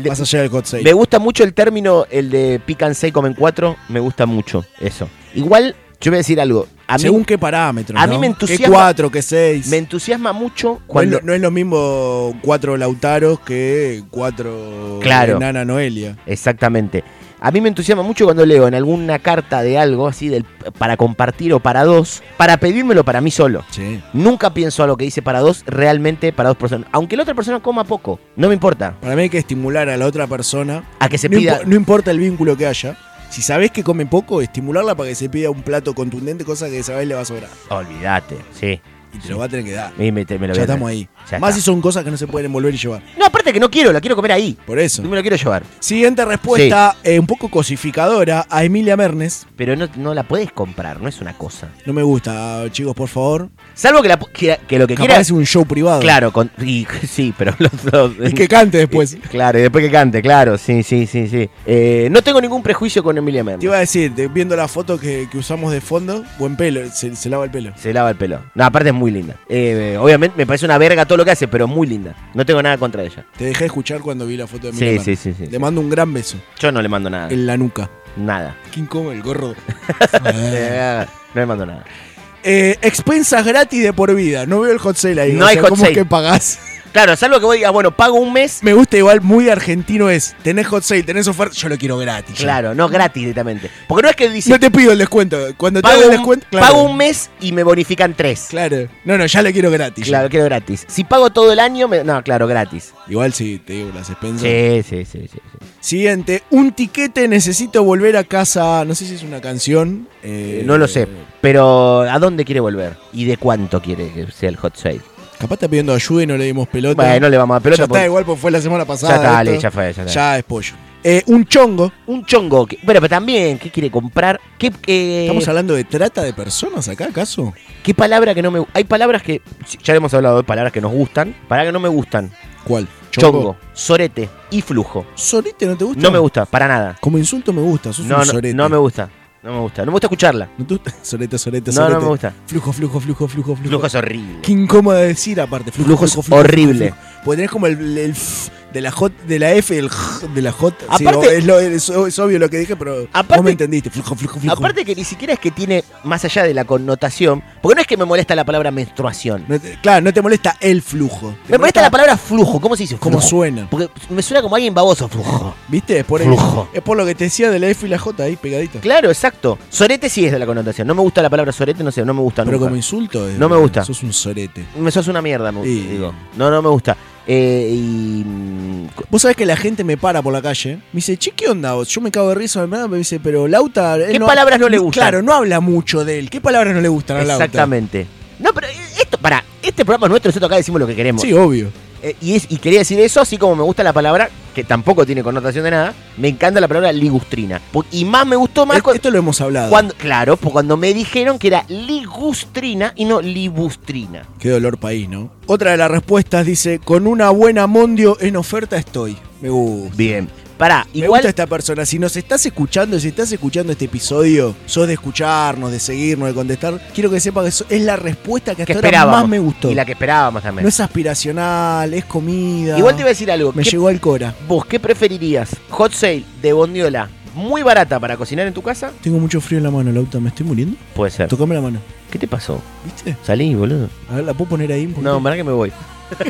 Speaker 12: Más allá del hot sale.
Speaker 13: Me gusta mucho el término, el de pican 6, comen 4. Me gusta mucho eso. Igual, yo voy a decir algo. A mí,
Speaker 12: Según qué parámetro.
Speaker 13: a mí
Speaker 12: ¿no?
Speaker 13: me
Speaker 12: ¿Qué
Speaker 13: entusiasma-
Speaker 12: 4, qué 6?
Speaker 13: me entusiasma mucho
Speaker 12: Cuando...
Speaker 13: cuando.
Speaker 12: No, es lo, mismo cuatro Lautaros que cuatro eh,
Speaker 13: Claro.
Speaker 12: Nana Noelia.
Speaker 13: Exactamente. A mí me entusiasma mucho cuando leo en alguna carta de algo así del, para compartir o para dos, para pedírmelo para mí solo.
Speaker 12: Sí.
Speaker 13: Nunca pienso a lo que dice para dos, realmente para dos personas. Aunque la otra persona coma poco, no me importa.
Speaker 12: Para mí hay que estimular a la otra persona.
Speaker 13: A que se
Speaker 12: no
Speaker 13: pida-
Speaker 12: impo- no importa el vínculo que haya. Si sabés que come poco, estimularla para que se pida un plato contundente, cosa que sabés le va a sobrar.
Speaker 13: Olvídate, sí.
Speaker 12: Y te lo va a tener que dar.
Speaker 13: Y me- te- me lo voy
Speaker 12: ya
Speaker 13: a dar.
Speaker 12: estamos ahí.
Speaker 13: Ya
Speaker 12: Más
Speaker 13: está.
Speaker 12: si son cosas que no se pueden envolver y llevar.
Speaker 13: No, aparte que no quiero, la quiero comer ahí.
Speaker 12: Por eso.
Speaker 13: No me lo quiero llevar.
Speaker 12: Siguiente respuesta, eh, un poco cosificadora, a Emilia Mernes.
Speaker 13: Pero no, no la puedes comprar, no es una cosa.
Speaker 12: No me gusta, chicos, por favor.
Speaker 13: Salvo que, la pu- que, que lo que
Speaker 12: Capaz
Speaker 13: quieras.
Speaker 12: es un show privado.
Speaker 13: Claro, con- y- sí, pero los dos.
Speaker 12: Y que cante después.
Speaker 13: Claro, y después que cante, claro, sí, sí, sí, sí. Eh, no tengo ningún prejuicio con Emilia
Speaker 12: Te
Speaker 13: Mernes.
Speaker 12: iba a decir, de- viendo la foto que, que usamos de fondo, buen pelo, se, se lava el pelo.
Speaker 13: Se lava el pelo. No, aparte es muy linda. Eh, eh, obviamente me parece una verga todo lo que hace, pero muy linda. No tengo nada contra ella.
Speaker 12: Te dejé escuchar cuando vi la foto de
Speaker 13: Sí,
Speaker 12: Emilia Mernes.
Speaker 13: sí, Ah. sí, sí,
Speaker 12: Le mando un gran beso
Speaker 13: Yo no le mando nada.
Speaker 12: en la nuca.
Speaker 13: Nada.
Speaker 12: King Kong, el gorro.
Speaker 13: no le mando nada.
Speaker 12: Eh, expensas gratis de por vida. No veo el hot sale ahí.
Speaker 13: No
Speaker 12: O
Speaker 13: hay
Speaker 12: sea,
Speaker 13: hot
Speaker 12: ¿cómo
Speaker 13: sale.
Speaker 12: es que pagás?
Speaker 13: Claro, salvo que vos digas, bueno, pago un mes.
Speaker 12: Me gusta igual, muy argentino es. Tenés hot sale, tenés oferta, yo lo quiero gratis. ya.
Speaker 13: Claro, no gratis directamente. Porque no es que dice.
Speaker 12: No te pido el descuento. Cuando te hago
Speaker 13: pago,
Speaker 12: el
Speaker 13: un,
Speaker 12: descuento, claro.
Speaker 13: pago un mes y me bonifican tres.
Speaker 12: Claro. No, no, ya lo quiero gratis. ya.
Speaker 13: Claro, quiero gratis. Si pago todo el año, me- no, claro, gratis.
Speaker 12: Igual sí, te digo, las expensas.
Speaker 13: Sí, sí, sí, sí. sí.
Speaker 12: Siguiente, un tiquete, necesito volver a casa. No sé si es una canción. eh,
Speaker 13: Eh, no lo sé, pero ¿a dónde quiere volver? ¿Y de cuánto quiere que sea el hot sale?
Speaker 12: Capaz está pidiendo ayuda y no le dimos pelota.
Speaker 13: Bueno, no le vamos a dar pelota
Speaker 12: Ya está
Speaker 13: porque-
Speaker 12: igual porque fue la semana pasada.
Speaker 13: Ya está,
Speaker 12: esto.
Speaker 13: dale, ya fue, ya está.
Speaker 12: es pollo. Eh, un chongo.
Speaker 13: Un chongo. que- bueno, pero también, ¿qué quiere comprar? ¿Qué, qué-
Speaker 12: ¿Estamos hablando de trata de personas acá, acaso?
Speaker 13: qué palabra que no me Hay palabras que. Ya hemos hablado de palabras que nos gustan, palabras que no me gustan.
Speaker 12: ¿Cuál?
Speaker 13: Chongo, sorete y flujo.
Speaker 12: ¿Sorete no te gusta?
Speaker 13: No me gusta, para nada.
Speaker 12: Como insulto me gusta, sos
Speaker 13: No,
Speaker 12: un
Speaker 13: no,
Speaker 12: sorete.
Speaker 13: no me gusta. No me gusta. No me gusta escucharla.
Speaker 12: ¿No te gusta? Sorete, sorete,
Speaker 13: No,
Speaker 12: sorete.
Speaker 13: no me gusta.
Speaker 12: Flujo, flujo, flujo, flujo, flujo.
Speaker 13: Flujo es horrible.
Speaker 12: Qué incómodo de decir aparte.
Speaker 13: Flujo es horrible.
Speaker 12: flujo. Porque tenés como Pues el, el f- de la J, de la F, el J, de la J. Sí,
Speaker 13: Aparte-
Speaker 12: es, lo- es- es obvio lo que dije, pero vos me entendiste. Flujo, flujo, flujo.
Speaker 13: Aparte que ni siquiera es que tiene más allá de la connotación, porque no es que me molesta la palabra menstruación.
Speaker 12: No te- claro, no te molesta el flujo. Te
Speaker 13: Me molesta la palabra flujo, ¿cómo se dice?
Speaker 12: ¿Cómo
Speaker 13: Flujo.
Speaker 12: suena?
Speaker 13: Porque me suena como alguien baboso, flujo.
Speaker 12: ¿Viste? Es por, el-
Speaker 13: Flujo.
Speaker 12: es por lo que te decía de la F y la J ahí pegadito.
Speaker 13: Claro, exacto. Sorete sí es de la connotación. No me gusta la palabra sorete, no sé, no me gusta
Speaker 12: Pero
Speaker 13: nunca.
Speaker 12: como insulto, eh,
Speaker 13: No me gusta.
Speaker 12: Sos un sorete.
Speaker 13: Me sos una mierda, me
Speaker 12: Y-
Speaker 13: digo. No, no me gusta. Eh, y mm,
Speaker 12: Vos sabés que la gente me para por la calle. Me dice, che, ¿qué onda? vos?". Yo me cago de risa, me me dice, pero Lauta. él
Speaker 13: ¿Qué palabras no le gustan?
Speaker 12: Claro, no habla mucho de él. ¿Qué palabras no le gustan a Lauta?
Speaker 13: Exactamente. No, pero eh, esto, para, este programa es nuestro, nosotros acá decimos lo que queremos.
Speaker 12: Sí, obvio.
Speaker 13: Eh, y, es- y quería decir eso, así como me gusta la palabra, que tampoco tiene connotación de nada, me encanta la palabra ligustrina. Por- y más me gustó más cuando,
Speaker 12: Esto lo hemos hablado.
Speaker 13: cuando- claro, por cuando me dijeron que era ligustrina y no libustrina.
Speaker 12: Qué dolor país, ¿no? Otra de las respuestas dice, con una buena mondio en oferta estoy. Me gusta.
Speaker 13: Bien. Pará,
Speaker 12: Me
Speaker 13: igual-
Speaker 12: gusta esta persona. Si nos estás escuchando, si estás escuchando este episodio, sos de escucharnos, de seguirnos, de contestar, quiero que sepas que so- es la respuesta que
Speaker 13: Que
Speaker 12: hasta ahora
Speaker 13: esperábamos.
Speaker 12: más me gustó.
Speaker 13: Y la que esperábamos también.
Speaker 12: No es aspiracional, es comida.
Speaker 13: Igual te iba a decir algo.
Speaker 12: Me
Speaker 13: ¿Qué-
Speaker 12: llegó al cora.
Speaker 13: ¿Vos qué preferirías? Hot sale de bondiola, muy barata para cocinar en tu casa.
Speaker 12: Tengo mucho frío en la mano, Lauta. ¿Me estoy muriendo?
Speaker 13: Puede ser.
Speaker 12: Tocame la mano.
Speaker 13: ¿Qué te pasó?
Speaker 12: ¿Viste?
Speaker 13: Salí, boludo.
Speaker 12: A ver, ¿la puedo poner ahí?
Speaker 13: No, para que me voy.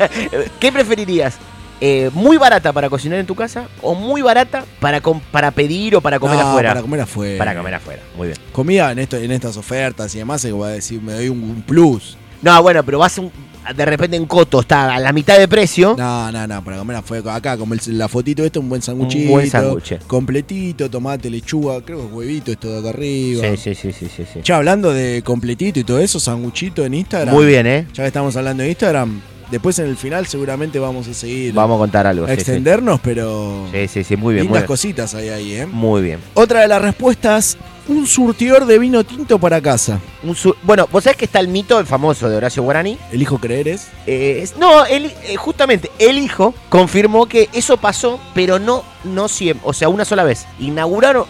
Speaker 13: ¿Qué preferirías? Eh, ¿Muy barata para cocinar en tu casa o muy barata para, com- para pedir o para comer
Speaker 12: No,
Speaker 13: afuera?
Speaker 12: para comer afuera.
Speaker 13: Para comer afuera, muy bien.
Speaker 12: Comida en, esto, en estas ofertas y demás, voy a decir, me doy un, un plus.
Speaker 13: No, bueno, pero vas un- de repente en Coto, está a la mitad de precio.
Speaker 12: No, no, no, para comer afuera. Acá, como el- la fotito esto, un buen sanguchito.
Speaker 13: buen sándwich.
Speaker 12: Completito, tomate, lechuga, creo que es huevito esto de acá arriba.
Speaker 13: Sí, sí, sí, sí, sí. sí.
Speaker 12: Ya hablando de completito y todo eso, sanguchito en Instagram.
Speaker 13: Muy bien, ¿eh?
Speaker 12: Ya que estamos hablando de Instagram, después en el final seguramente vamos a seguir.
Speaker 13: Vamos a contar algo.
Speaker 12: a
Speaker 13: sí, sí.
Speaker 12: extendernos, pero.
Speaker 13: Sí, sí, sí, muy bien. Muy
Speaker 12: lindas
Speaker 13: bien.
Speaker 12: cositas hay ahí, ¿eh?
Speaker 13: Muy bien.
Speaker 12: Otra de las respuestas, un surtidor de vino tinto para casa.
Speaker 13: Un su- bueno, vos sabés que está el mito, el famoso de Horacio Guarani.
Speaker 12: Elijo creer es.
Speaker 13: Eh, es- no, él, eh, justamente el hijo confirmó que eso pasó, pero no, no siempre, o sea, una sola vez. Inauguraron,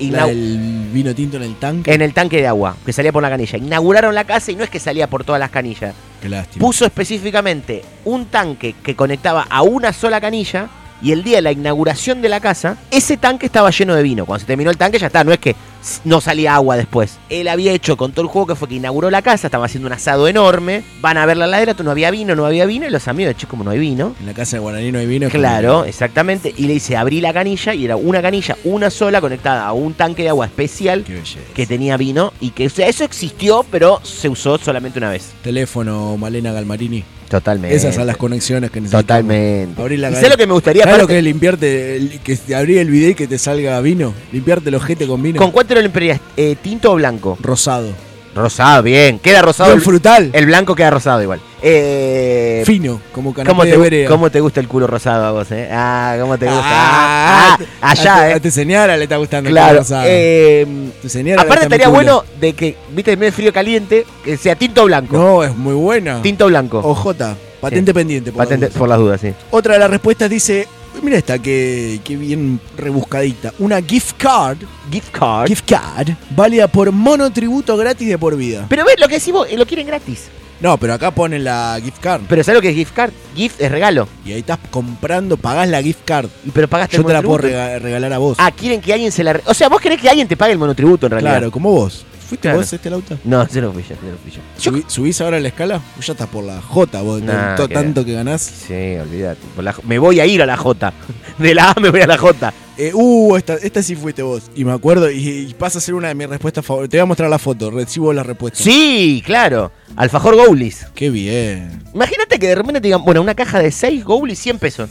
Speaker 12: La
Speaker 13: inau- Eh,
Speaker 12: del vino tinto en el tanque.
Speaker 13: en el tanque de agua, que salía por la canilla. Inauguraron la casa y no es que salía por todas las canillas.
Speaker 12: Qué lástima.
Speaker 13: Puso específicamente un tanque que conectaba a una sola canilla. Y el día de la inauguración de la casa, ese tanque estaba lleno de vino. Cuando se terminó el tanque, ya está. No es que s- no salía agua después. Él había hecho con todo el juego que fue que inauguró la casa. Estaba haciendo un asado enorme. Van a ver la ladera, no había vino, no había vino. Y los amigos, che, como no hay vino.
Speaker 12: En la casa de Guaraní no hay vino. es como-
Speaker 13: Claro, exactamente. Y le dice, abrí la canilla y era una canilla, una sola, conectada a un tanque de agua especial
Speaker 12: Qué belleza.
Speaker 13: que tenía vino y que o sea, eso existió, pero se usó solamente una vez.
Speaker 12: Teléfono, Malena Galmarini.
Speaker 13: Totalmente.
Speaker 12: Esas son las conexiones que necesitamos.
Speaker 13: Totalmente.
Speaker 12: Abrir la
Speaker 13: ¿Y
Speaker 12: galleta.
Speaker 13: sabés lo que me gustaría?
Speaker 12: ¿Sabés lo
Speaker 13: Aparte-
Speaker 12: que es limpiarte, el- que te abrí el video y que te salga vino? Limpiarte el ojete con vino.
Speaker 13: ¿Con cuál te lo limpiarías? Eh, ¿Tinto o blanco?
Speaker 12: Rosado.
Speaker 13: Rosado, bien. Queda rosado.
Speaker 12: Bien frutal.
Speaker 13: El blanco queda rosado igual. Eh,
Speaker 12: Fino, como canapé
Speaker 13: ¿Cómo
Speaker 12: de
Speaker 13: te,
Speaker 12: vereda.
Speaker 13: ¿Cómo te gusta el culo rosado a vos, eh? Ah, ¿cómo te gusta?
Speaker 12: Ah,
Speaker 13: Ah, ah, allá,
Speaker 12: a,
Speaker 13: eh.
Speaker 12: tu- A tu señora le está gustando el
Speaker 13: Claro.
Speaker 12: culo rosado.
Speaker 13: eh,
Speaker 12: Tu señora le
Speaker 13: aparte
Speaker 12: está mi
Speaker 13: estaría
Speaker 12: culo.
Speaker 13: bueno de que, viste, medio frío caliente, que sea tinto blanco.
Speaker 12: No, es muy buena.
Speaker 13: Tinto blanco.
Speaker 12: OJ, patente
Speaker 13: Sí.
Speaker 12: pendiente. por
Speaker 13: Patente-
Speaker 12: la duda.
Speaker 13: por las dudas, sí.
Speaker 12: Otra de las respuestas dice, mira esta, que, que bien rebuscadita. Una gift card,
Speaker 13: Gift card.
Speaker 12: gift card, válida por monotributo gratis de por vida.
Speaker 13: Pero ves, lo que decís vos, eh, lo quieren gratis.
Speaker 12: No, pero acá ponen la gift card.
Speaker 13: Pero ¿sabes lo que es gift card? Gift es regalo.
Speaker 12: Y ahí estás comprando, pagás la gift card.
Speaker 13: Y Pero pagaste
Speaker 12: Yo
Speaker 13: el
Speaker 12: te la puedo
Speaker 13: monotributo.
Speaker 12: rega- regalar a vos.
Speaker 13: Ah, quieren que alguien se la... re- O sea, vos querés que alguien te pague el monotributo, en realidad.
Speaker 12: claro, como vos. ¿Fuiste
Speaker 13: Claro.
Speaker 12: vos este lauta?
Speaker 13: No, yo no fui yo, yo no fui yo.
Speaker 12: Subi- ¿Subís ahora la escala? Vos ya estás por la J, vos.
Speaker 13: Nah,
Speaker 12: to-
Speaker 13: que-
Speaker 12: tanto que ganás.
Speaker 13: Sí, olvídate. Por la- Me voy a ir a la J. De la A me voy a la J.
Speaker 12: Eh, uh, esta, esta sí fuiste vos. Y me acuerdo, y, y pasa a ser una de mis respuestas favoritas. Te voy a mostrar la foto, recibo la respuesta.
Speaker 13: Sí, claro. Alfajor Goulis.
Speaker 12: Qué bien.
Speaker 13: Imagínate que de repente te digan, bueno, una caja de 6 Goulis, 100 pesos.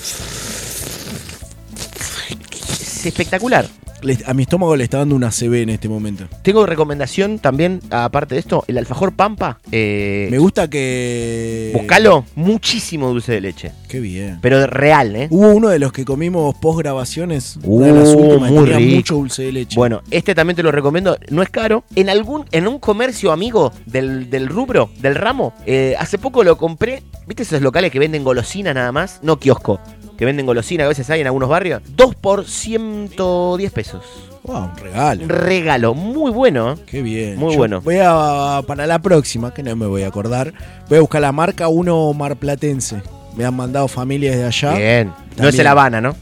Speaker 13: Es espectacular.
Speaker 12: Le- a mi estómago le está dando una CB en este momento.
Speaker 13: Tengo recomendación también, aparte de esto, el alfajor Pampa. Eh,
Speaker 12: Me gusta que.
Speaker 13: Buscalo, muchísimo dulce de leche.
Speaker 12: Qué bien.
Speaker 13: Pero de real, ¿eh?
Speaker 12: Hubo uno de los que comimos post grabaciones.
Speaker 13: Uh, muy rico.
Speaker 12: mucho dulce de leche.
Speaker 13: Bueno, este también te lo recomiendo, no es caro. En algún, en un comercio amigo del, del rubro, del ramo, eh, hace poco lo compré. ¿Viste esos locales que venden golosinas nada más? No kiosco, que venden golosinas, a veces hay en algunos barrios. 2 por 110 pesos.
Speaker 12: Wow, un regalo.
Speaker 13: Regalo, muy bueno. ¿eh?
Speaker 12: Qué bien.
Speaker 13: Muy
Speaker 12: Yo
Speaker 13: bueno.
Speaker 12: Voy a. Para la próxima, que no me voy a acordar. Voy a buscar la marca uno marplatense. Me han mandado familias de allá.
Speaker 13: Bien. No es
Speaker 12: También.
Speaker 13: el Habana, ¿no?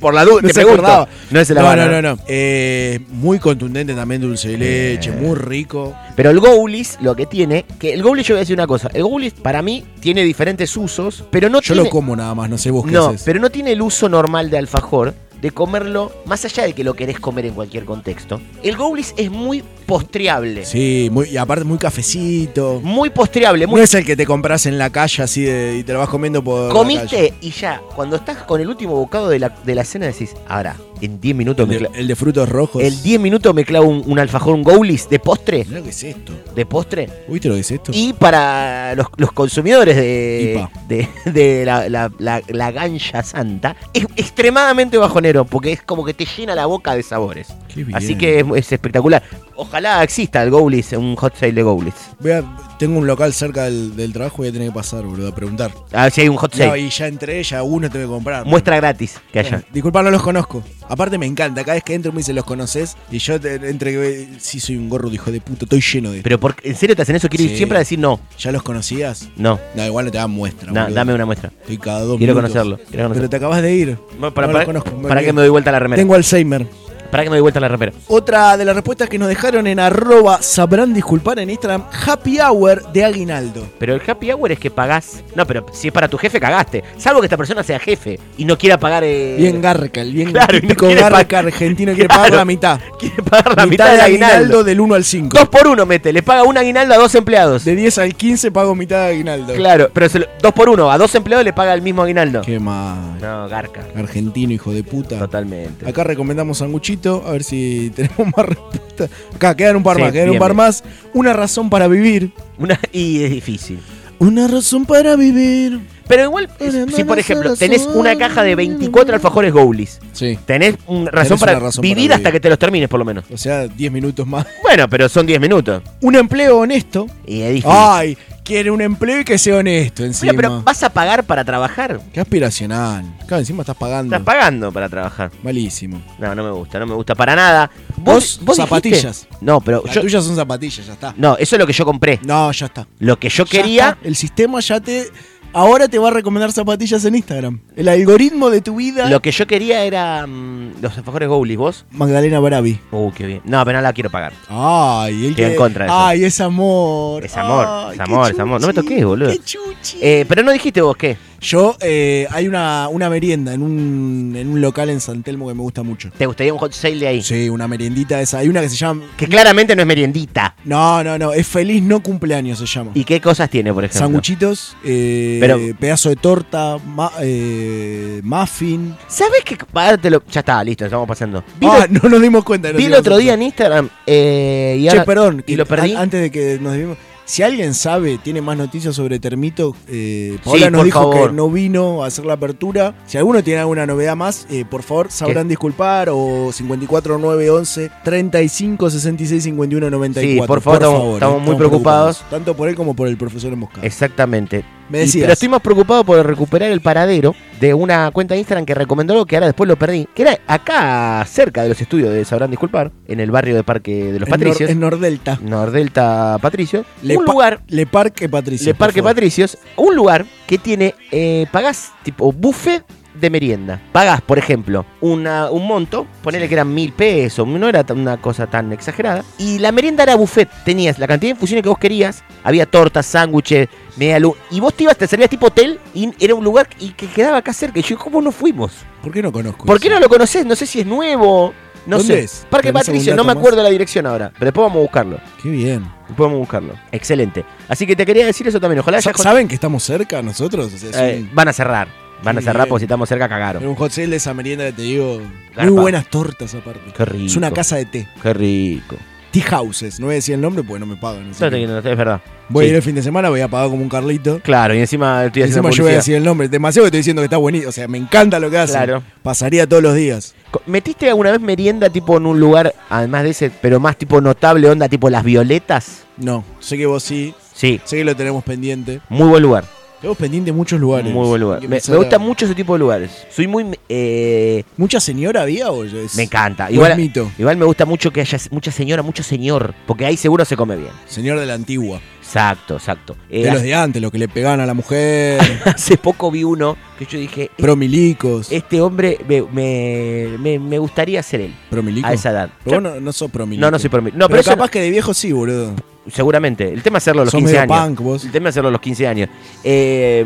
Speaker 13: Por la duda, te
Speaker 12: No se
Speaker 13: pregunto.
Speaker 12: acordaba.
Speaker 13: No es el
Speaker 12: No,
Speaker 13: Habana.
Speaker 12: no, no. no. Eh, muy contundente también dulce de leche,
Speaker 13: Eh.
Speaker 12: muy rico.
Speaker 13: Pero el Goulis lo que tiene, que el Goulis yo voy a decir una cosa, el Goulis para mí tiene diferentes usos, pero no
Speaker 12: Yo
Speaker 13: tiene...
Speaker 12: lo como nada más, no sé vos qué
Speaker 13: No,
Speaker 12: haces.
Speaker 13: pero no tiene el uso normal de alfajor, de comerlo, más allá de que lo querés comer en cualquier contexto. El Goulis es muy postreable.
Speaker 12: Sí, muy, y aparte muy cafecito.
Speaker 13: Muy postreable, muy-
Speaker 12: No es el que te compras en la calle así de- y te lo vas comiendo por. la calle.
Speaker 13: Comiste y ya, cuando estás con el último bocado de la, de la cena decís, ahora, en 10 minutos
Speaker 12: El
Speaker 13: me
Speaker 12: de,
Speaker 13: clavo...
Speaker 12: el de frutos rojos.
Speaker 13: El 10 minutos me clavo un, un alfajor, un Goulis de postre.
Speaker 12: ¿Qué es esto?
Speaker 13: ¿De postre?
Speaker 12: ¿Viste lo que es esto?
Speaker 13: Y para los, los consumidores de, de, de la, la, la- la gancha santa, es extremadamente bajonero, porque es como que te llena la boca de sabores.
Speaker 12: Qué bien.
Speaker 13: Así que es, es espectacular. Ojalá exista el Goulis, un hot sale de Goulis.
Speaker 12: Voy a- tengo un local cerca del, del trabajo y voy a tener que pasar, boludo, a preguntar.
Speaker 13: A ver si Ah, hay un hot sale.
Speaker 12: No, y ya entre ellas uno te voy a comprar.
Speaker 13: Muestra gratis que haya.
Speaker 12: Bueno, Disculpa, no los conozco. Aparte me encanta, cada vez que entro me dicen los conoces y yo te- entre que sí soy un gorro de hijo de puta, estoy lleno de
Speaker 13: Pero por- ¿en serio te hacen eso? Quiero ir siempre a decir no.
Speaker 12: ¿Ya los conocías?
Speaker 13: No.
Speaker 12: No, igual no te dan muestra.
Speaker 13: No,
Speaker 12: boludo.
Speaker 13: dame una muestra.
Speaker 12: Estoy cada dos
Speaker 13: Quiero
Speaker 12: minutos.
Speaker 13: conocerlo, quiero conocerlo.
Speaker 12: Pero te acabas de ir.
Speaker 13: Bueno, para-
Speaker 12: No los
Speaker 13: para-
Speaker 12: conozco, me
Speaker 13: para
Speaker 12: olvidé.
Speaker 13: que me doy vuelta la remera.
Speaker 12: Tengo Alzheimer.
Speaker 13: Para que me doy vuelta la remera.
Speaker 12: Otra de las respuestas que nos dejaron en arroba sabrán disculpar en Instagram, happy hour de aguinaldo.
Speaker 13: Pero el happy hour es que pagás. No, pero si es para tu jefe, cagaste. Salvo que esta persona sea jefe y no quiera pagar. eh,
Speaker 12: Bien garca, el bien
Speaker 13: Claro, y no
Speaker 12: típico
Speaker 13: quiere
Speaker 12: garca
Speaker 13: pagar.
Speaker 12: argentino que quiere
Speaker 13: Claro.
Speaker 12: pagar la mitad.
Speaker 13: Quiere pagar la mitad,
Speaker 12: del
Speaker 13: del aguinaldo.
Speaker 12: del 1 al 5.
Speaker 13: Dos por uno mete, le paga un aguinaldo a dos empleados.
Speaker 12: De 10 al 15 pago mitad de aguinaldo.
Speaker 13: Claro, pero se lo- dos por uno, a dos empleados le paga el mismo aguinaldo.
Speaker 12: Qué mal.
Speaker 13: No, garca.
Speaker 12: Argentino, hijo de puta.
Speaker 13: Totalmente.
Speaker 12: Acá recomendamos sanguchito, a ver si tenemos más respuestas. Acá quedan un par
Speaker 13: Sí,
Speaker 12: más, quedan
Speaker 13: bien,
Speaker 12: un par
Speaker 13: bien.
Speaker 12: más. Una razón para vivir.
Speaker 13: Una, y es difícil.
Speaker 12: Una razón para vivir.
Speaker 13: Pero igual, si por ejemplo tenés una caja de 24 alfajores Goulis,
Speaker 12: Sí.
Speaker 13: tenés una razón
Speaker 12: Tenés
Speaker 13: para
Speaker 12: una razón
Speaker 13: vivir
Speaker 12: para
Speaker 13: hasta que te los termines por lo menos.
Speaker 12: O sea, 10 minutos más.
Speaker 13: Bueno, pero son 10 minutos.
Speaker 12: Un empleo honesto.
Speaker 13: Y es difícil.
Speaker 12: Ay, quiere un empleo y que sea honesto encima.
Speaker 13: Mira, pero ¿vas a pagar para trabajar?
Speaker 12: Qué aspiracional. Claro, encima estás pagando.
Speaker 13: Estás pagando para trabajar.
Speaker 12: Malísimo.
Speaker 13: No, no me gusta, no me gusta para nada.
Speaker 12: Vos,
Speaker 13: dijiste-
Speaker 12: zapatillas.
Speaker 13: No, pero
Speaker 12: Las
Speaker 13: yo-
Speaker 12: tuyas son zapatillas, ya está.
Speaker 13: No, eso es lo que yo compré.
Speaker 12: No, ya está.
Speaker 13: Lo que yo
Speaker 12: Ya
Speaker 13: quería.
Speaker 12: está. El sistema ya te. Ahora te va a recomendar zapatillas en Instagram. El algoritmo de tu vida.
Speaker 13: Lo que yo quería era mm, los alfajores Goulis, vos.
Speaker 12: Magdalena Bravi.
Speaker 13: Uh, qué bien. No, pero no la quiero pagar.
Speaker 12: Ay, el
Speaker 13: Estoy
Speaker 12: que-
Speaker 13: en contra de eso.
Speaker 12: Ay, es amor.
Speaker 13: Es amor,
Speaker 12: Ay,
Speaker 13: es
Speaker 12: qué
Speaker 13: amor, es amor. No me
Speaker 12: chuchi,
Speaker 13: toques, boludo.
Speaker 12: qué chuchi.
Speaker 13: Eh, pero no dijiste vos qué.
Speaker 12: Yo, eh, hay una, una merienda en un, en un local en San Telmo que me gusta mucho.
Speaker 13: ¿Te gustaría un hot sale de ahí?
Speaker 12: Sí, una meriendita esa. Hay una que se llama.
Speaker 13: Que claramente no es meriendita.
Speaker 12: No, no, no. Es feliz no cumpleaños, se llama.
Speaker 13: ¿Y qué cosas tiene, por ejemplo?
Speaker 12: Sanguchitos, eh,
Speaker 13: Pero-
Speaker 12: pedazo de torta, ma- eh, muffin.
Speaker 13: ¿Sabes qué? Ahora te lo- Ya está, listo, estamos pasando. Vi,
Speaker 12: Ah,
Speaker 13: lo-
Speaker 12: no nos dimos cuenta.
Speaker 13: vi el otro día en Instagram. eh, y
Speaker 12: che,
Speaker 13: ahora-
Speaker 12: perdón.
Speaker 13: Y
Speaker 12: que
Speaker 13: lo perdí.
Speaker 12: an- antes de que nos dimos. Si alguien sabe, tiene más noticias sobre Termito, eh, Paola nos
Speaker 13: por
Speaker 12: dijo
Speaker 13: favor.
Speaker 12: que no vino a hacer la apertura. Si alguno tiene alguna novedad más, eh, por favor, sabrán disculpar o 54 9 11 35 66 51 94.
Speaker 13: Sí, por favor, estamos- estamos muy preocupados.
Speaker 12: Tanto por él como por el profesor Emboscado.
Speaker 13: Exactamente.
Speaker 12: Me
Speaker 13: Y-
Speaker 12: decías.
Speaker 13: pero estoy más preocupado por recuperar el paradero de una cuenta de Instagram que recomendó algo que ahora después lo perdí. Que era acá, cerca de los estudios de Sabrán Disculpar, en el barrio de Parque de los
Speaker 12: En Nor-
Speaker 13: Patricios.
Speaker 12: en Nordelta.
Speaker 13: Nordelta Patricio.
Speaker 12: Le
Speaker 13: un
Speaker 12: Pa-
Speaker 13: lugar.
Speaker 12: Le Parque Patricio.
Speaker 13: Le Parque
Speaker 12: por favor.
Speaker 13: Patricios. Un lugar que tiene. eh, pagás tipo buffet de merienda. Pagás, por ejemplo, una, un monto. Ponele que eran mil pesos. No era tan- una cosa tan exagerada. Y la merienda era buffet. Tenías la cantidad de infusiones que vos querías. Había tortas, sándwiches, media luz. Y vos te ibas, te servías tipo hotel. Y era un lugar y que quedaba acá cerca. Y yo, ¿cómo no fuimos?
Speaker 12: ¿Por qué no conozco?
Speaker 13: ¿Por qué
Speaker 12: eso?
Speaker 13: no lo conocés? No sé si es nuevo. No
Speaker 12: ¿Dónde
Speaker 13: sé.
Speaker 12: es?
Speaker 13: Parque
Speaker 12: ¿Tenés algún
Speaker 13: Patricio,
Speaker 12: dato
Speaker 13: no me
Speaker 12: más?
Speaker 13: acuerdo la dirección ahora. Pero después vamos a buscarlo.
Speaker 12: Qué bien.
Speaker 13: Podemos buscarlo. Excelente. Así que te quería decir eso también. Ojalá
Speaker 12: Sa-
Speaker 13: haya hot-
Speaker 12: ¿Saben que estamos cerca nosotros? O sea, es
Speaker 13: eh,
Speaker 12: un-
Speaker 13: Van a cerrar. Van a
Speaker 12: Sí,
Speaker 13: cerrar
Speaker 12: bien.
Speaker 13: porque si estamos cerca cagaron.
Speaker 12: Era un hot sale de esa merienda que te digo.
Speaker 13: Garpa.
Speaker 12: Muy buenas tortas aparte.
Speaker 13: Qué rico.
Speaker 12: Es una casa de té.
Speaker 13: Qué rico.
Speaker 12: Tea Houses. No voy a decir el nombre porque no me pagan. así
Speaker 13: No,
Speaker 12: que-
Speaker 13: te- no, es verdad.
Speaker 12: Voy a
Speaker 13: Sí.
Speaker 12: ir el fin de semana, voy a pagar como un Carlito.
Speaker 13: Claro, y encima estoy
Speaker 12: Y
Speaker 13: haciendo
Speaker 12: encima yo voy a
Speaker 13: publicidad.
Speaker 12: decir el nombre. Demasiado que estoy diciendo que está buenísimo. O sea, me encanta lo que hace.
Speaker 13: Claro.
Speaker 12: Pasaría todos los días.
Speaker 13: Co- ¿Metiste alguna vez merienda tipo en un lugar, además de ese, pero más tipo notable onda, tipo las violetas?
Speaker 12: No, sé que vos sí.
Speaker 13: Sí,
Speaker 12: Sé que lo tenemos pendiente.
Speaker 13: muy buen lugar.
Speaker 12: Estamos pendientes de muchos lugares.
Speaker 13: Muy buen lugar.
Speaker 12: Hay que
Speaker 13: Me,
Speaker 12: empezar
Speaker 13: me gusta
Speaker 12: a-
Speaker 13: mucho ese tipo de lugares. Soy muy. eh,
Speaker 12: ¿Mucha señora había o
Speaker 13: Me encanta.
Speaker 12: Igual
Speaker 13: Igual, igual me gusta mucho que haya mucha señora, mucho señor. Porque ahí seguro se come bien.
Speaker 12: Señor de la antigua.
Speaker 13: Exacto, exacto. Eh,
Speaker 12: de los
Speaker 13: hace-
Speaker 12: de antes, los que le pegaban a la mujer,
Speaker 13: hace poco vi uno que yo dije. "Este-
Speaker 12: promilicos.
Speaker 13: Este hombre me, me- me- me gustaría ser él.
Speaker 12: ¿Promilico?
Speaker 13: A esa edad.
Speaker 12: Pero
Speaker 13: Yo-
Speaker 12: vos no, no sos promilico.
Speaker 13: No, no soy promilico. No,
Speaker 12: pero,
Speaker 13: pero eso
Speaker 12: capaz
Speaker 13: no-
Speaker 12: que de viejo sí, boludo.
Speaker 13: Seguramente. El tema es hacerlo a los
Speaker 12: Sos
Speaker 13: 15
Speaker 12: medio
Speaker 13: años.
Speaker 12: punk,
Speaker 13: El tema es hacerlo a los 15 años. Eh,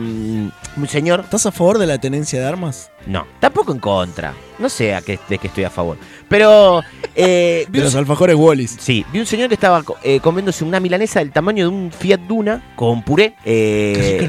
Speaker 13: mm, señor.
Speaker 12: ¿Estás a favor de la tenencia de armas?
Speaker 13: No, tampoco en contra. No sé a qué, de qué estoy a favor. Pero. eh, vi
Speaker 12: De
Speaker 13: un
Speaker 12: los
Speaker 13: se-
Speaker 12: alfajores Wallis.
Speaker 13: Sí, vi un señor que estaba co- eh, comiéndose una milanesa del tamaño de un Fiat Duna con puré. eh,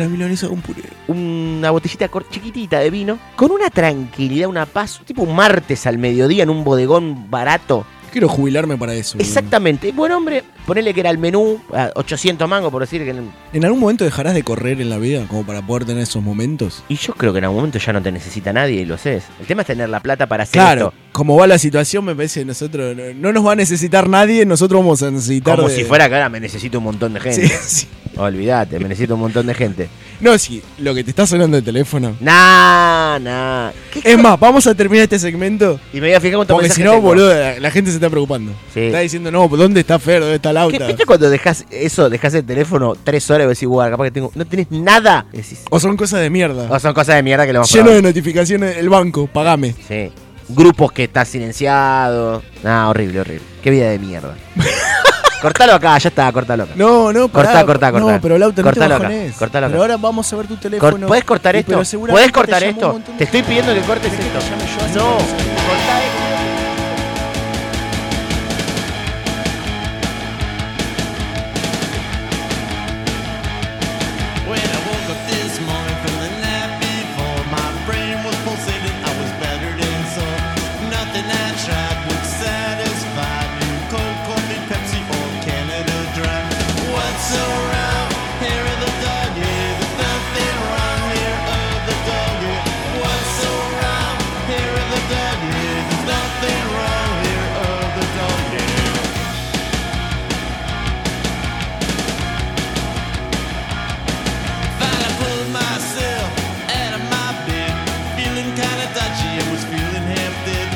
Speaker 12: un puré.
Speaker 13: una botellita cor- chiquitita de vino. Con una tranquilidad, una paz. Tipo un martes al mediodía en un bodegón barato.
Speaker 12: Quiero jubilarme para eso. boludo.
Speaker 13: Exactamente. Buen hombre, ponele que era el menú, a 800 mangos por decir que.
Speaker 12: ¿En algún momento dejarás de correr en la vida como para poder tener esos momentos?
Speaker 13: Y yo creo que en algún momento ya no te necesita nadie y lo sé. El tema es tener la plata para hacer
Speaker 12: Claro,
Speaker 13: esto.
Speaker 12: como va la situación, me parece que nosotros no, no nos va a necesitar nadie, nosotros vamos a necesitar.
Speaker 13: Como
Speaker 12: de-
Speaker 13: si fuera que ahora me necesito un montón de gente.
Speaker 12: Sí, sí.
Speaker 13: Olvídate, me necesito un montón de gente.
Speaker 12: No, sí, lo que te está sonando el teléfono.
Speaker 13: Nah, nah.
Speaker 12: Es más, vamos a terminar este segmento.
Speaker 13: Y me voy a fijar cuántos
Speaker 12: Porque si
Speaker 13: mensajes
Speaker 12: no,
Speaker 13: tengo.
Speaker 12: boludo, la, la gente se está preocupando.
Speaker 13: Sí.
Speaker 12: Está diciendo, no, ¿dónde está Fer? ¿Dónde está
Speaker 13: ¿Qué-
Speaker 12: Lauta?
Speaker 13: ¿Viste cuando dejas eso, dejas el teléfono tres horas y decís, guau, capaz que tengo. No tenés nada. Decís,
Speaker 12: O son cosas de mierda.
Speaker 13: "Oh, son cosas de mierda que lo vamos
Speaker 12: Lleno de notificaciones, el banco, pagame.
Speaker 13: Sí. Grupos que está silenciado. Nah, horrible, horrible. Qué vida de mierda. cortalo acá, ya está, cortalo acá.
Speaker 12: No, no,
Speaker 13: Cortá,
Speaker 12: pará.
Speaker 13: cortá, cortá.
Speaker 12: No, pero Lauta, no te
Speaker 13: Cortalo acá,
Speaker 12: bajones.
Speaker 13: cortalo acá.
Speaker 12: Pero ahora vamos a ver tu
Speaker 13: Cor-
Speaker 12: teléfono.
Speaker 13: ¿Puedes cortar
Speaker 12: Y-
Speaker 13: esto?
Speaker 12: pero seguramente
Speaker 13: ¿Puedes cortar
Speaker 12: te llamó un
Speaker 13: esto?
Speaker 12: montón de
Speaker 13: Te estoy pidiendo que cortes
Speaker 12: gente que
Speaker 13: esto.
Speaker 12: te llame yo hace
Speaker 13: No,
Speaker 12: varios años.
Speaker 13: cortá esto.
Speaker 14: When I woke up this morning from the night before, my brain was pulsating. I was battered and sore. Nothing I tried would satisfy me. Coke, coffee, Pepsi, or Canada Dry. What's so wrong? Here of the dog, here. There's nothing wrong here of the dog, here. What's so wrong? Here of the dog, here. There's nothing wrong here of the dog, here. Finally pulled myself out of my bed, feeling kinda dodgy. I was feeling half dead.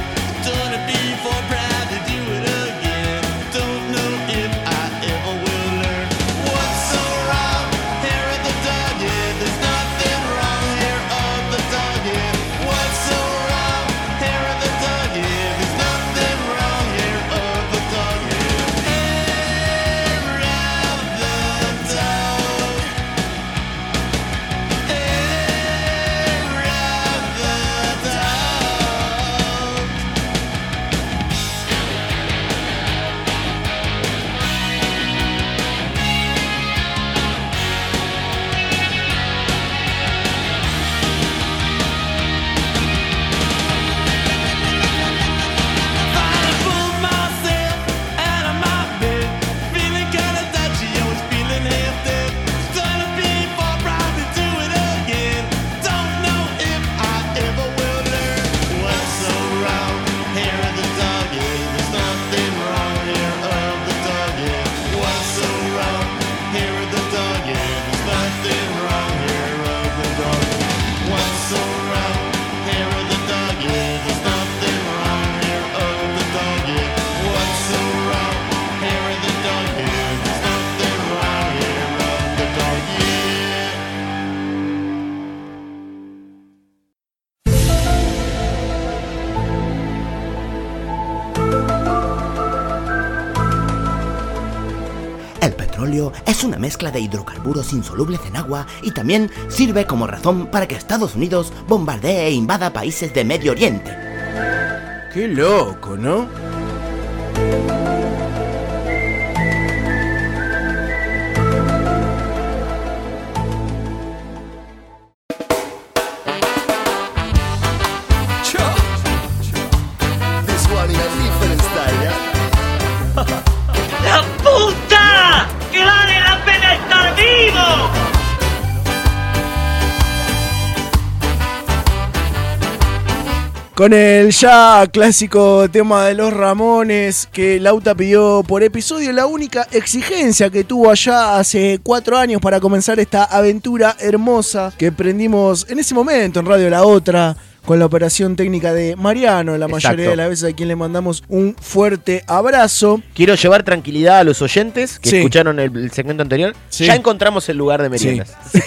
Speaker 14: Done it before, proud to do it again. Don't know if I ever will learn. What's so wrong here at the dog? Yeah, there's nothing wrong here on the dog. Yeah, what's so wrong here at the dog? Yeah, there's nothing wrong here on the dog. Yeah, here at the dog. So wrong here of the dog, yeah, there's nothing wrong here of the dog, yeah. What's so wrong here of the dog, yeah, there's nothing wrong here of the dog, yeah.
Speaker 18: El petróleo es una mezcla de hidrocarburos insolubles en agua y también sirve como razón para que Estados Unidos bombardee e invada países de Medio Oriente.
Speaker 12: Qué loco, ¿no?
Speaker 14: This one in a different style,
Speaker 19: ¡La puta! ¡Que vale la pena estar vivo!
Speaker 12: Con el ya clásico tema de los Ramones que Lauta pidió por episodio, la única exigencia que tuvo allá hace cuatro años para comenzar esta aventura hermosa que prendimos en ese momento en Radio La Otra. Con la operación técnica de Mariano, la mayoría
Speaker 13: Exacto.
Speaker 12: de las veces a quien le mandamos un fuerte abrazo.
Speaker 13: Quiero llevar tranquilidad a los oyentes que
Speaker 12: Sí.
Speaker 13: escucharon el, el segmento anterior.
Speaker 12: Sí.
Speaker 13: Ya encontramos el lugar de meriendas. Así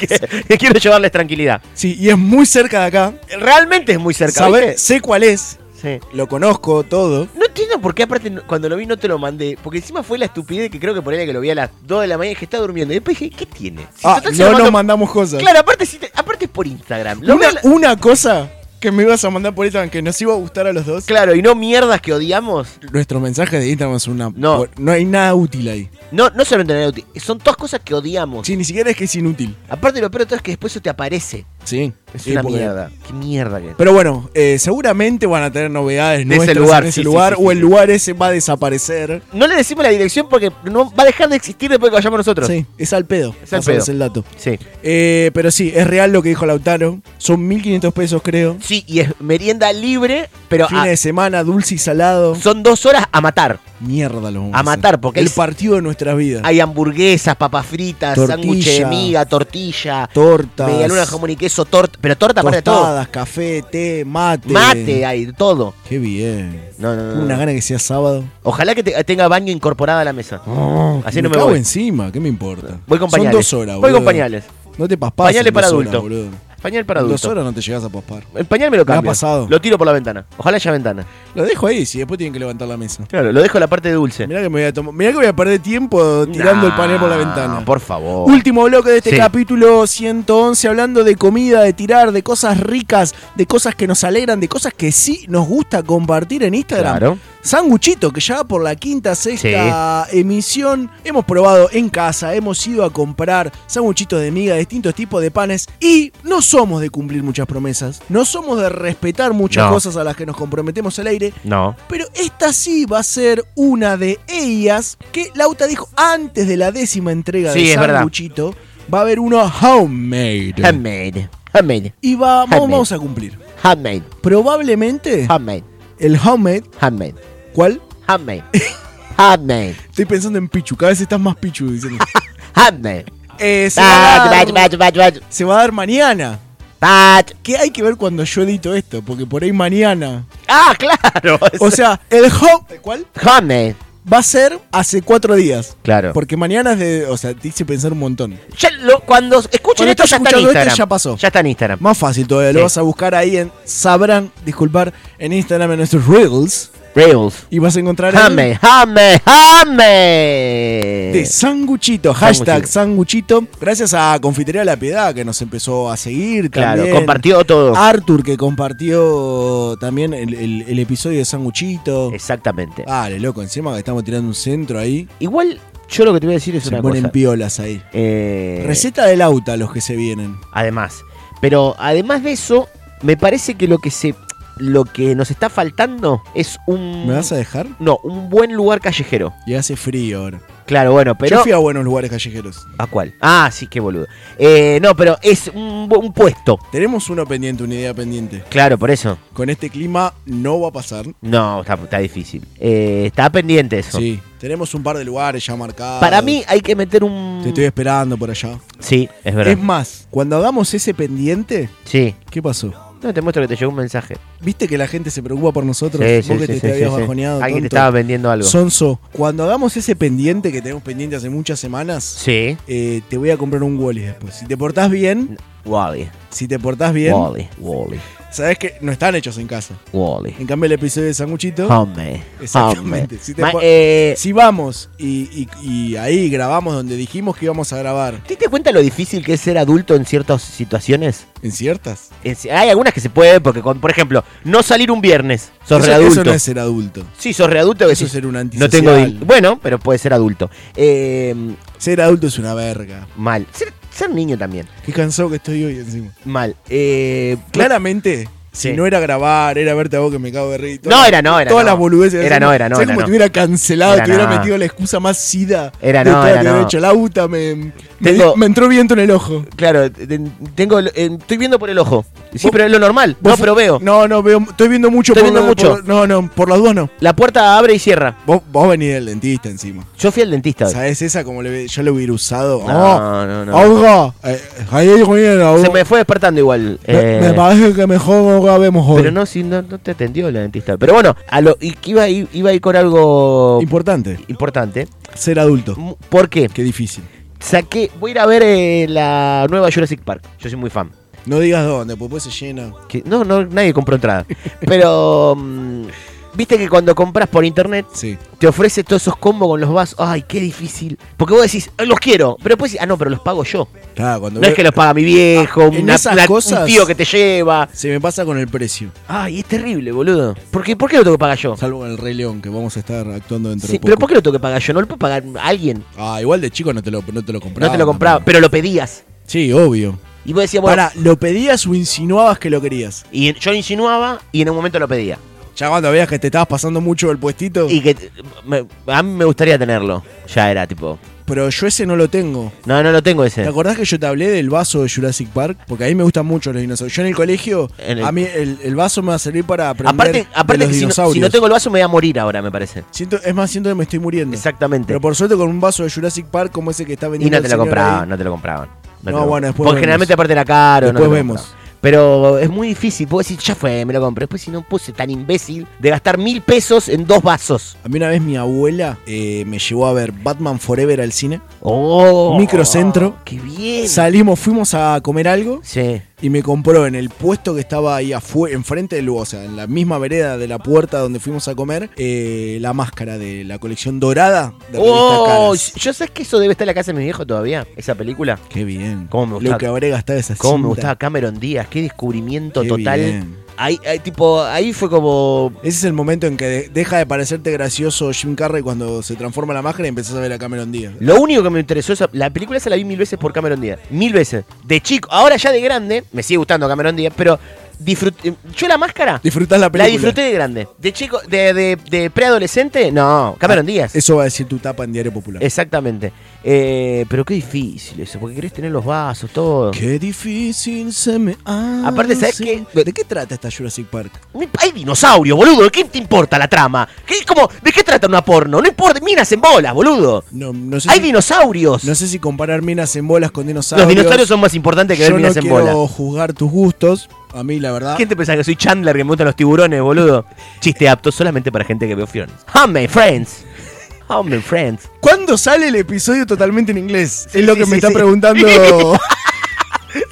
Speaker 13: que quiero llevarles tranquilidad.
Speaker 12: Sí, y es muy cerca de acá.
Speaker 13: Realmente es muy cerca.
Speaker 12: Sabe-
Speaker 13: ¿viste?
Speaker 12: sé cuál es.
Speaker 13: Sí.
Speaker 12: Lo conozco todo.
Speaker 13: No entiendo por qué, aparte, no- cuando lo vi no te lo mandé. Porque encima fue la estupidez que creo que ponía que lo vi a las 2 de la mañana y que está durmiendo. Y después dije, ¿qué tiene? Si
Speaker 12: Ah,
Speaker 13: total se
Speaker 12: no
Speaker 13: lo mando-
Speaker 12: nos mandamos cosas.
Speaker 13: Claro, aparte, si te- aparte es por Instagram. Lo
Speaker 12: Una,
Speaker 13: veo-
Speaker 12: una cosa que me ibas a mandar por Instagram que nos iba a gustar a los dos.
Speaker 13: Claro, y no mierdas que odiamos.
Speaker 12: Nuestros mensajes de Instagram son una. No. no hay nada útil ahí.
Speaker 13: No, no solamente nada útil. Son todas cosas que odiamos.
Speaker 12: Sí, ni siquiera es que es inútil.
Speaker 13: Aparte, lo peor de todo es que después eso te aparece.
Speaker 12: Sí.
Speaker 13: Es
Speaker 12: Sí,
Speaker 13: una
Speaker 12: porque-
Speaker 13: mierda. Qué mierda que es.
Speaker 12: Pero bueno, eh, seguramente van a tener novedades
Speaker 13: De ese
Speaker 12: nuestras
Speaker 13: lugar,
Speaker 12: en ese
Speaker 13: sí,
Speaker 12: lugar
Speaker 13: sí, sí,
Speaker 12: o
Speaker 13: sí,
Speaker 12: el
Speaker 13: sí.
Speaker 12: lugar ese va a desaparecer.
Speaker 13: No le decimos la dirección porque no va a dejar de existir después que vayamos nosotros.
Speaker 12: Sí, es al pedo.
Speaker 13: Es al
Speaker 12: Más o menos
Speaker 13: pedo.
Speaker 12: el dato.
Speaker 13: Sí.
Speaker 12: Eh, pero sí, es real lo que dijo Lautaro. Son 1500 pesos, creo.
Speaker 13: Sí, y es merienda libre, pero
Speaker 12: Fines
Speaker 13: a-
Speaker 12: de semana, dulce y salado.
Speaker 13: son dos horas a matar.
Speaker 12: Mierda lo vamos
Speaker 13: A
Speaker 12: hacer.
Speaker 13: matar, porque
Speaker 12: El
Speaker 13: es-
Speaker 12: partido de nuestras vidas.
Speaker 13: Hay hamburguesas, papas fritas,
Speaker 12: Tortilla.
Speaker 13: sándwiches de miga, tortilla,
Speaker 12: Tortas.
Speaker 13: medialuna, jamón y queso, torta, pero torta aparte de todo.
Speaker 12: Tostadas, café, té, mate.
Speaker 13: Mate hay, todo.
Speaker 12: Qué bien.
Speaker 13: No, no, no.
Speaker 12: Una gana que sea sábado. Ah,
Speaker 13: Ojalá que te- eh, tenga baño incorporado a la mesa. Así no me
Speaker 12: cago
Speaker 13: voy.
Speaker 12: encima, ¿qué me importa?
Speaker 13: Voy con
Speaker 12: Son
Speaker 13: pañales.
Speaker 12: dos horas,
Speaker 13: Voy con
Speaker 12: boludo.
Speaker 13: pañales.
Speaker 12: No te paspas.
Speaker 13: Pañales
Speaker 12: en
Speaker 13: para
Speaker 12: dos
Speaker 13: adulto.
Speaker 12: horas, boludo.
Speaker 13: Pañal para
Speaker 12: En
Speaker 13: adulto.
Speaker 12: Dos horas no te llegas a paspar.
Speaker 13: El pañal me lo
Speaker 12: Me ha
Speaker 13: cambio.
Speaker 12: pasado.
Speaker 13: Lo tiro por la ventana. Ojalá haya ventana.
Speaker 12: Lo dejo ahí, si después tienen que levantar la mesa.
Speaker 13: Claro, lo dejo en la parte dulce.
Speaker 12: Mirá que me voy a tomar. Mirá que voy a perder tiempo tirando el panel por la
Speaker 13: Nah,
Speaker 12: ventana.
Speaker 13: Por favor.
Speaker 12: Último bloque de este
Speaker 13: Sí.
Speaker 12: capítulo 111, hablando de comida, de tirar, de cosas ricas, de cosas que nos alegran, de cosas que sí nos gusta compartir en Instagram.
Speaker 13: Claro.
Speaker 12: Sanguchito, que ya va por la quinta, sexta emisión, hemos probado en casa, hemos ido a comprar sanguchitos de miga, distintos tipos de panes, y no somos de cumplir muchas promesas, no somos de respetar muchas
Speaker 13: No.
Speaker 12: cosas a las que nos comprometemos al aire,
Speaker 13: No.
Speaker 12: pero esta sí va a ser una de ellas que Lauta dijo antes de la décima entrega
Speaker 13: Sí,
Speaker 12: de
Speaker 13: es verdad.
Speaker 12: Sanguchito. Va a haber uno homemade.
Speaker 13: Handmade. Handmade.
Speaker 12: Y va, vamos-
Speaker 13: Handmade.
Speaker 12: vamos a cumplir.
Speaker 13: Handmade.
Speaker 12: Probablemente
Speaker 13: Handmade.
Speaker 12: el homemade.
Speaker 13: Handmade.
Speaker 12: ¿Cuál?
Speaker 13: Handmade. Handmade.
Speaker 12: Estoy pensando en Pichu. Cada vez estás más Pichu diciendo.
Speaker 13: Handmade.
Speaker 12: Eh, se, va a
Speaker 13: Ah,
Speaker 12: dar,
Speaker 13: bach, bach, bach, bach.
Speaker 12: se va a dar mañana.
Speaker 13: Bach.
Speaker 12: Que hay que ver cuando yo edito esto, porque por ahí mañana.
Speaker 13: Ah, claro.
Speaker 12: O sea, el home. ¿Cuál?
Speaker 13: Handmade.
Speaker 12: Va a ser hace cuatro días.
Speaker 13: Claro.
Speaker 12: Porque mañana es de. O sea, te hice pensar un montón.
Speaker 13: Ya lo- cuando escuchen
Speaker 12: Cuando
Speaker 13: esto
Speaker 12: estás
Speaker 13: ya está en
Speaker 12: escuchando esto,
Speaker 13: Instagram.
Speaker 12: ya pasó.
Speaker 13: Ya está en Instagram.
Speaker 12: Más fácil todavía,
Speaker 13: Sí.
Speaker 12: lo vas a buscar ahí en Sabrán, disculpar, en Instagram en nuestros Reels
Speaker 13: Rails.
Speaker 12: y vas a encontrar el
Speaker 13: Handmade. Handmade. Handmade.
Speaker 12: de Sanguchito, hashtag Sanguchito. Gracias a Confitería La Piedad que nos empezó a seguir
Speaker 13: Claro,
Speaker 12: también.
Speaker 13: compartió todo.
Speaker 12: Arthur que compartió también el, el- el episodio de Sanguchito.
Speaker 13: Exactamente.
Speaker 12: Vale, loco, encima que estamos tirando un centro ahí.
Speaker 13: Igual, yo lo que te voy a decir es
Speaker 12: Se
Speaker 13: una
Speaker 12: ponen
Speaker 13: cosa.
Speaker 12: piolas ahí.
Speaker 13: Eh,
Speaker 12: Receta del auta los que se vienen.
Speaker 13: Además. Pero además de eso, me parece que lo que se. Lo que nos está faltando es un.
Speaker 12: ¿Me vas a dejar?
Speaker 13: No, un buen lugar callejero.
Speaker 12: Y hace frío ahora.
Speaker 13: Claro, bueno, pero.
Speaker 12: Yo fui a buenos lugares callejeros.
Speaker 13: ¿A cuál? Ah, sí, qué boludo. Eh, no, pero es un, bu- un puesto.
Speaker 12: Tenemos uno pendiente, una idea pendiente.
Speaker 13: Claro, por eso.
Speaker 12: Con este clima no va a pasar.
Speaker 13: No, está, está difícil. Eh, está pendiente eso.
Speaker 12: Sí. Tenemos un par de lugares ya marcados.
Speaker 13: Para mí hay que meter un.
Speaker 12: Te estoy esperando por allá.
Speaker 13: Sí, es verdad.
Speaker 12: Es más, cuando hagamos ese pendiente,
Speaker 13: Sí.
Speaker 12: ¿qué pasó?
Speaker 13: No, te muestro que te llegó un mensaje.
Speaker 12: ¿Viste que la gente se preocupa por nosotros?
Speaker 13: Sí,
Speaker 12: Vos
Speaker 13: sí, sí,
Speaker 12: que te,
Speaker 13: sí,
Speaker 12: te habías
Speaker 13: sí, sí.
Speaker 12: bajoneado.
Speaker 13: Alguien te
Speaker 12: tonto.
Speaker 13: estaba vendiendo algo.
Speaker 12: Sonso, cuando hagamos ese pendiente que tenemos pendiente hace muchas semanas,
Speaker 13: Sí.
Speaker 12: eh, te voy a comprar un Wally después. Si te portás bien,
Speaker 13: Wally.
Speaker 12: si te portás bien,
Speaker 13: Wally. Wally.
Speaker 12: sabés que no están hechos en casa.
Speaker 13: Wally.
Speaker 12: En cambio, el episodio de Sanguchito.
Speaker 13: Hombre.
Speaker 12: Exactamente.
Speaker 13: Hombre.
Speaker 12: Si, te
Speaker 13: Ma-
Speaker 12: po-
Speaker 13: eh,
Speaker 12: si vamos y, y- y ahí grabamos donde dijimos que íbamos a grabar,
Speaker 13: ¿Te diste cuenta lo difícil que es ser adulto en ciertas situaciones?
Speaker 12: ¿en ciertas?
Speaker 13: En ci- hay algunas que se pueden, porque, con- por ejemplo, no salir un viernes. Sos
Speaker 12: eso,
Speaker 13: readulto.
Speaker 12: eso no es ser adulto.
Speaker 13: Sí, sos readulto. Que
Speaker 12: Eso es
Speaker 13: sí.
Speaker 12: ser un
Speaker 13: no
Speaker 12: antisocial.
Speaker 13: tengo din- Bueno, pero puede ser adulto. Eh,
Speaker 12: Ser adulto es una verga.
Speaker 13: mal. Ser, ser niño también.
Speaker 12: Qué cansado que estoy hoy encima.
Speaker 13: Mal. Eh,
Speaker 12: Claramente,
Speaker 13: Sí.
Speaker 12: si no era grabar, era verte a vos que me cago de reír.
Speaker 13: No, era no, era
Speaker 12: Todas
Speaker 13: no.
Speaker 12: las boludeces.
Speaker 13: Era no, era no,
Speaker 12: ¿Sabés
Speaker 13: era
Speaker 12: como
Speaker 13: no.
Speaker 12: te hubiera cancelado,
Speaker 13: Era
Speaker 12: te hubiera
Speaker 13: no.
Speaker 12: metido la excusa más sida.
Speaker 13: Era
Speaker 12: de
Speaker 13: no,
Speaker 12: todas
Speaker 13: era
Speaker 12: que hubiera
Speaker 13: no.
Speaker 12: hecho. La UTA me, me,
Speaker 13: Tengo-
Speaker 12: me entró viento en el ojo.
Speaker 13: claro, ten- tengo, el- eh, estoy viendo por el ojo. Sí, pero es lo normal.
Speaker 12: Vos
Speaker 13: No
Speaker 12: fu-
Speaker 13: proveo.
Speaker 12: No, no, veo, estoy viendo mucho.
Speaker 13: Estoy
Speaker 12: por
Speaker 13: viendo
Speaker 12: la-
Speaker 13: mucho.
Speaker 12: por- no, no, por las dudas no.
Speaker 13: La puerta abre y cierra.
Speaker 12: Vos, vos venís del dentista encima.
Speaker 13: Yo fui al dentista. hoy.
Speaker 12: ¿Sabes esa como le- yo le hubiera usado?
Speaker 13: No,
Speaker 12: Oh,
Speaker 13: no, no.
Speaker 12: ahoga, eh, ahí viene, ahoga.
Speaker 13: Se me fue despertando igual. eh,
Speaker 12: Me, me parece que mejor no grabemos hoy.
Speaker 13: pero no, si no, no te atendió la dentista. Pero bueno, a lo, y que iba, iba a ir con algo
Speaker 12: Importante.
Speaker 13: importante.
Speaker 12: Ser
Speaker 13: Mm.
Speaker 12: adulto.
Speaker 13: ¿Por qué?
Speaker 12: Qué difícil.
Speaker 13: Saqué, voy a ir a ver eh, la nueva Jurassic Park. Yo soy muy fan.
Speaker 12: No digas dónde, pues después se llena.
Speaker 13: Que- no, no, nadie compró entrada. Pero. mm, Viste que cuando compras por internet
Speaker 12: Sí.
Speaker 13: te ofrece todos esos combos con los vasos. Ay, qué difícil. Porque vos decís, "Ay, los quiero. Pero después decís, ah, no, pero los pago yo.
Speaker 12: Claro, cuando
Speaker 13: No es que los paga mi viejo,
Speaker 12: Ah, en
Speaker 13: una-
Speaker 12: esas
Speaker 13: una-
Speaker 12: cosas-
Speaker 13: un tío que te lleva.
Speaker 12: Se me pasa con el precio.
Speaker 13: Ay, es terrible, boludo. ¿Por qué, ¿Por qué lo tengo que pagar yo?
Speaker 12: Salvo con el Rey León, que vamos a estar actuando dentro
Speaker 13: Sí,
Speaker 12: de poco.
Speaker 13: pero ¿por qué lo tengo que pagar yo? ¿No lo puedo pagar alguien?
Speaker 12: Ah, igual de chico no te lo, no te lo compraba.
Speaker 13: no te lo compraba, pero lo pedías.
Speaker 12: Sí, obvio.
Speaker 13: Y vos decías, bueno,
Speaker 12: Para, ¿lo pedías o insinuabas que lo querías?
Speaker 13: y yo insinuaba y en un momento lo pedía.
Speaker 12: Ya cuando veías que te estabas pasando mucho el puestito.
Speaker 13: Y que me- a mí me gustaría tenerlo. Ya era tipo,
Speaker 12: Pero yo ese no lo tengo.
Speaker 13: no, no lo tengo
Speaker 12: ¿Te
Speaker 13: ese.
Speaker 12: acordás que yo te hablé del vaso de Jurassic Park? Porque a mí me gustan mucho los dinosaurios. Yo en el colegio,
Speaker 13: En el-
Speaker 12: a mí el, el vaso me va a servir para aprender
Speaker 13: Aparte,
Speaker 12: de
Speaker 13: aparte
Speaker 12: los
Speaker 13: que si no,
Speaker 12: dinosaurios.
Speaker 13: si no tengo el vaso me voy a morir ahora, me parece.
Speaker 12: Siento- es más, siento que me estoy muriendo.
Speaker 13: Exactamente.
Speaker 12: Pero por suerte con un vaso de Jurassic Park como ese que está
Speaker 13: Y
Speaker 12: vendiendo
Speaker 13: no te
Speaker 12: el
Speaker 13: lo
Speaker 12: señor
Speaker 13: compraban,
Speaker 12: ahí.
Speaker 13: no te lo compraban. te
Speaker 12: No,
Speaker 13: lo-
Speaker 12: bueno, después
Speaker 13: Porque
Speaker 12: vemos.
Speaker 13: generalmente aparte era caro. no
Speaker 12: Después
Speaker 13: te lo
Speaker 12: vemos.
Speaker 13: compraban. Pero es muy difícil. Puedo decir, ya fue, me lo compré. Después si no puse tan imbécil de gastar mil pesos en dos vasos.
Speaker 12: A mí una vez mi abuela eh, me llevó a ver Batman Forever al cine.
Speaker 13: Oh,
Speaker 12: Microcentro.
Speaker 13: ¡Qué bien!
Speaker 12: Salimos, fuimos a comer algo
Speaker 13: sí.
Speaker 12: y me compró en el puesto que estaba ahí afuera, enfrente del lugar, o sea, en la misma vereda de la puerta donde fuimos a comer, eh, la máscara de la colección dorada de revista
Speaker 13: Oh,
Speaker 12: Caras.
Speaker 13: yo sé que eso debe estar en la casa de mi viejo todavía, esa película.
Speaker 12: Qué bien.
Speaker 13: ¿Cómo me gustaba?
Speaker 12: Lo que habré gastado esa
Speaker 13: ¿Cómo me
Speaker 12: cinta.
Speaker 13: gustaba Cameron Díaz? Qué descubrimiento
Speaker 12: Qué
Speaker 13: total.
Speaker 12: bien.
Speaker 13: Ahí, ahí, tipo, ahí fue como.
Speaker 12: Ese es el momento en que de- deja de parecerte gracioso Jim Carrey cuando se transforma la máscara y empezás a ver a Cameron Díaz.
Speaker 13: Lo único que me interesó esa, la película esa la vi mil veces por Cameron Díaz. Mil veces. De chico, ahora ya de grande, me sigue gustando Cameron Díaz, pero disfruté. Yo la máscara
Speaker 12: Disfrutás la
Speaker 13: la
Speaker 12: película.
Speaker 13: disfruté de grande. De chico, de, de- de preadolescente, no,
Speaker 12: Ah,
Speaker 13: Cameron Díaz.
Speaker 12: Eso va a decir tu tapa en Diario Popular.
Speaker 13: Exactamente. Eh, pero qué difícil eso, porque querés tener los vasos, todo.
Speaker 12: Qué difícil se me hace.
Speaker 13: Aparte, ¿sabes qué?
Speaker 12: ¿De qué trata esta Jurassic Park?
Speaker 13: Hay dinosaurios, boludo. ¿Qué te importa la trama? ¿Qué, como, ¿De qué trata una porno? No importa, minas en bolas, boludo.
Speaker 12: No, no sé
Speaker 13: Hay
Speaker 12: si-
Speaker 13: dinosaurios.
Speaker 12: No sé si comparar minas en bolas con dinosaurios.
Speaker 13: Los dinosaurios son más importantes que ver
Speaker 12: Yo
Speaker 13: minas
Speaker 12: no
Speaker 13: en
Speaker 12: quiero
Speaker 13: bolas.
Speaker 12: juzgar tus gustos. A mí, la verdad.
Speaker 13: ¿Quién te pensás que soy Chandler que me gustan los tiburones, boludo? Chiste apto solamente para gente que veo Fion. Hombre, friends. Hombre, friends.
Speaker 12: ¿Cuándo sale el episodio totalmente en inglés? es lo
Speaker 13: sí,
Speaker 12: que
Speaker 13: sí,
Speaker 12: me está
Speaker 13: sí.
Speaker 12: preguntando.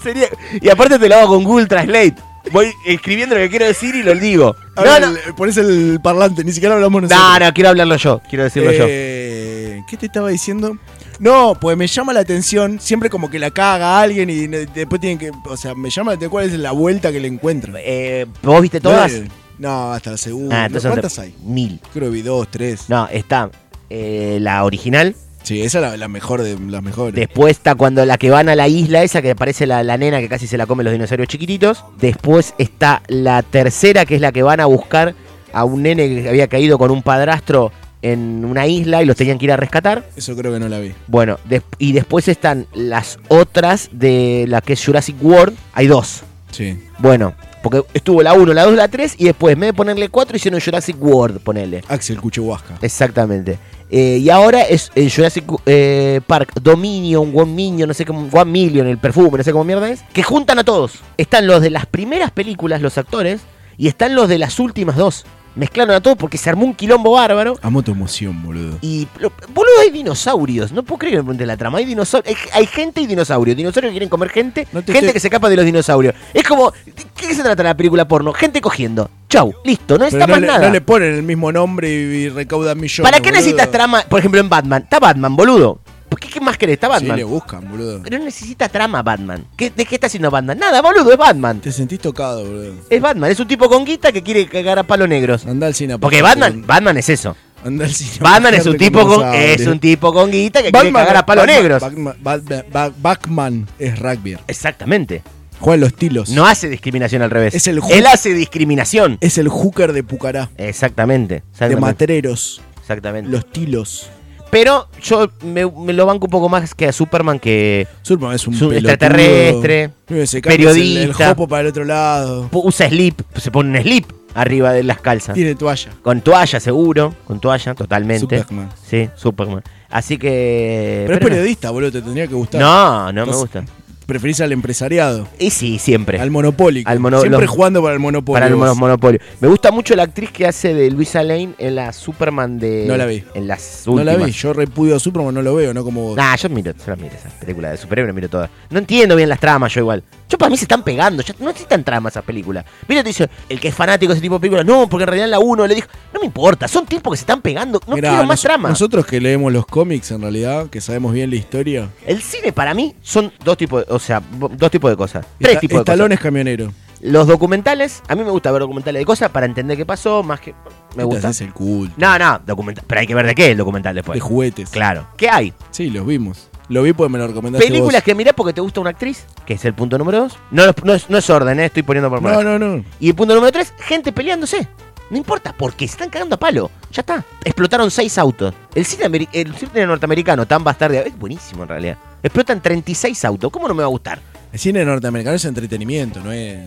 Speaker 13: Sería- Y aparte te lo hago con Google Translate. Voy escribiendo lo que quiero decir y lo digo. No,
Speaker 12: Ahora
Speaker 13: no.
Speaker 12: le- Pones el parlante, ni siquiera hablamos nosotros.
Speaker 13: No, no, quiero hablarlo yo. Quiero decirlo yo.
Speaker 12: Eh, ¿Qué te estaba diciendo? No, pues me llama la atención. Siempre como que la caga alguien y ne- después tienen que. O sea, me llama la atención cuál es la vuelta que le encuentran.
Speaker 13: Eh, ¿Vos viste todas?
Speaker 12: No, eh, No, hasta la segunda.
Speaker 13: Ah, entonces no te-
Speaker 12: ¿Cuántas hay?
Speaker 13: Mil.
Speaker 12: Creo que vi dos, tres.
Speaker 13: No, está eh, la original.
Speaker 12: Sí, esa es la, la mejor de las mejores.
Speaker 13: Después está cuando la que van a la isla esa, que aparece la, la nena que casi se la comen los dinosaurios chiquititos. Después está la tercera, que es la que van a buscar a un nene que había caído con un padrastro en una isla y los tenían que ir a rescatar.
Speaker 12: Eso creo que no la vi.
Speaker 13: Bueno, des- y después están las otras de la que es Jurassic World. Hay dos.
Speaker 12: Sí.
Speaker 13: Bueno, porque estuvo la 1, la 2, la 3 y después, en vez de ponerle 4, hicieron Jurassic World, ponele.
Speaker 12: Axel Cuchehuasca.
Speaker 13: Exactamente. Eh, y ahora es el Jurassic eh, Park Dominion, One Minion, no sé cómo, One Million, el perfume, no sé cómo mierda es, que juntan a todos. Están los de las primeras películas, los actores, y están los de las últimas dos. Mezclaron a todos porque se armó un quilombo bárbaro.
Speaker 12: Amo tu emoción, boludo.
Speaker 13: Y, lo- boludo, hay dinosaurios. No puedo creer que me pregunten la trama. Hay, dinosau- hay, hay gente y dinosaurios. Dinosaurios que quieren comer gente.
Speaker 12: No te
Speaker 13: gente
Speaker 12: estoy-
Speaker 13: que se escapa de los dinosaurios. Es como, ¿de qué se trata la película porno? Gente cogiendo. Chau, listo, no
Speaker 12: Pero
Speaker 13: está
Speaker 12: no
Speaker 13: más
Speaker 12: le,
Speaker 13: nada.
Speaker 12: no le ponen el mismo nombre y, y recaudan millones.
Speaker 13: ¿Para qué
Speaker 12: boludo.
Speaker 13: necesitas trama? Por ejemplo, en Batman. Está Batman, boludo. ¿Por qué, qué más querés? Está
Speaker 12: Sí,
Speaker 13: Batman.
Speaker 12: le buscan, boludo.
Speaker 13: Pero no necesita trama Batman. ¿Qué- ¿De qué está haciendo Batman? Nada, boludo, es Batman.
Speaker 12: Te sentís tocado, boludo.
Speaker 13: Es Batman, es un tipo con guita que quiere cagar a palos negros.
Speaker 12: Anda al cine a
Speaker 13: Porque
Speaker 12: pasarte
Speaker 13: Batman,
Speaker 12: un-
Speaker 13: Batman es eso.
Speaker 12: Anda al cine a
Speaker 13: Batman es un
Speaker 12: pasarte
Speaker 13: tipo
Speaker 12: como
Speaker 13: con, es
Speaker 12: dinosaurio.
Speaker 13: un tipo con guita que quiere cagar a palos
Speaker 12: Batman-
Speaker 13: negros.
Speaker 12: Batman, Batman- Ba- Batman es rugby.
Speaker 13: Exactamente.
Speaker 12: Juega los tilos.
Speaker 13: No hace discriminación al revés.
Speaker 12: Es el ju-
Speaker 13: Él hace discriminación.
Speaker 12: Es el hooker de Pucará.
Speaker 13: Exactamente.
Speaker 12: De
Speaker 13: Exactamente.
Speaker 12: matreros.
Speaker 13: Exactamente.
Speaker 12: Los tilos.
Speaker 13: Pero yo me, me lo banco un poco más que a Superman, que
Speaker 12: Superman es un, pelotudo.
Speaker 13: extraterrestre,
Speaker 12: Eh, se cambia
Speaker 13: periodista.
Speaker 12: El, el jopo para el otro lado.
Speaker 13: po- usa slip, se pone un slip arriba de las calzas.
Speaker 12: Tiene toalla.
Speaker 13: Con toalla, seguro. Con toalla, totalmente.
Speaker 12: Superman.
Speaker 13: Sí, Superman. Así que.
Speaker 12: Pero es
Speaker 13: no.
Speaker 12: periodista, boludo, te tendría que gustar.
Speaker 13: No, no me gusta.
Speaker 12: Preferís al empresariado.
Speaker 13: Y sí, siempre.
Speaker 12: Al monopolio.
Speaker 13: Al mono-
Speaker 12: Siempre
Speaker 13: los-
Speaker 12: jugando para el monopolio.
Speaker 13: Para el
Speaker 12: vos.
Speaker 13: mono- monopolio. Me gusta mucho la actriz que hace de Luisa Lane en la Superman de.
Speaker 12: No la vi.
Speaker 13: En las
Speaker 12: No
Speaker 13: últimas.
Speaker 12: la vi, yo repudio a Superman, no lo veo, no como vos.
Speaker 13: Nah, yo miro, yo miro esas películas de superhéroes, miro todas. No entiendo bien las tramas yo igual. Yo para mí se están pegando, ya no necesitan tramas esas películas. Mira, te dice, el que es fanático de ese tipo de películas, no, porque en realidad en la 1 le dijo, no me importa, son tipos que se están pegando, no
Speaker 12: Mirá,
Speaker 13: quiero más
Speaker 12: nos-
Speaker 13: tramas.
Speaker 12: Nosotros que leemos los cómics en realidad, que sabemos bien la historia.
Speaker 13: El cine para mí son dos tipos, de- o sea, bo- dos tipos de cosas, tres
Speaker 12: Esta-
Speaker 13: tipos de
Speaker 12: Estalón
Speaker 13: cosas.
Speaker 12: es camionero.
Speaker 13: Los documentales, a mí me gusta ver documentales de cosas para entender qué pasó, más que me
Speaker 12: Esta
Speaker 13: gusta.
Speaker 12: es el culto.
Speaker 13: No, no, documental, pero hay que ver de qué es el documental después.
Speaker 12: De juguetes.
Speaker 13: Claro. ¿Qué hay?
Speaker 12: Sí, los vimos. Lo vi porque me lo recomendaste
Speaker 13: Películas que mirás porque te gusta una actriz, que es el punto número dos. No, no es, no es orden, eh, estoy poniendo por
Speaker 12: vos. No, no, no.
Speaker 13: Y el punto número 3, gente peleándose. No importa, porque se están cagando a palo. Ya está. Explotaron seis autos. El cine, ameri- el cine norteamericano, tan bastardo, es buenísimo en realidad. Explotan 36 autos. ¿Cómo no me va a gustar?
Speaker 12: El cine norteamericano es entretenimiento, no es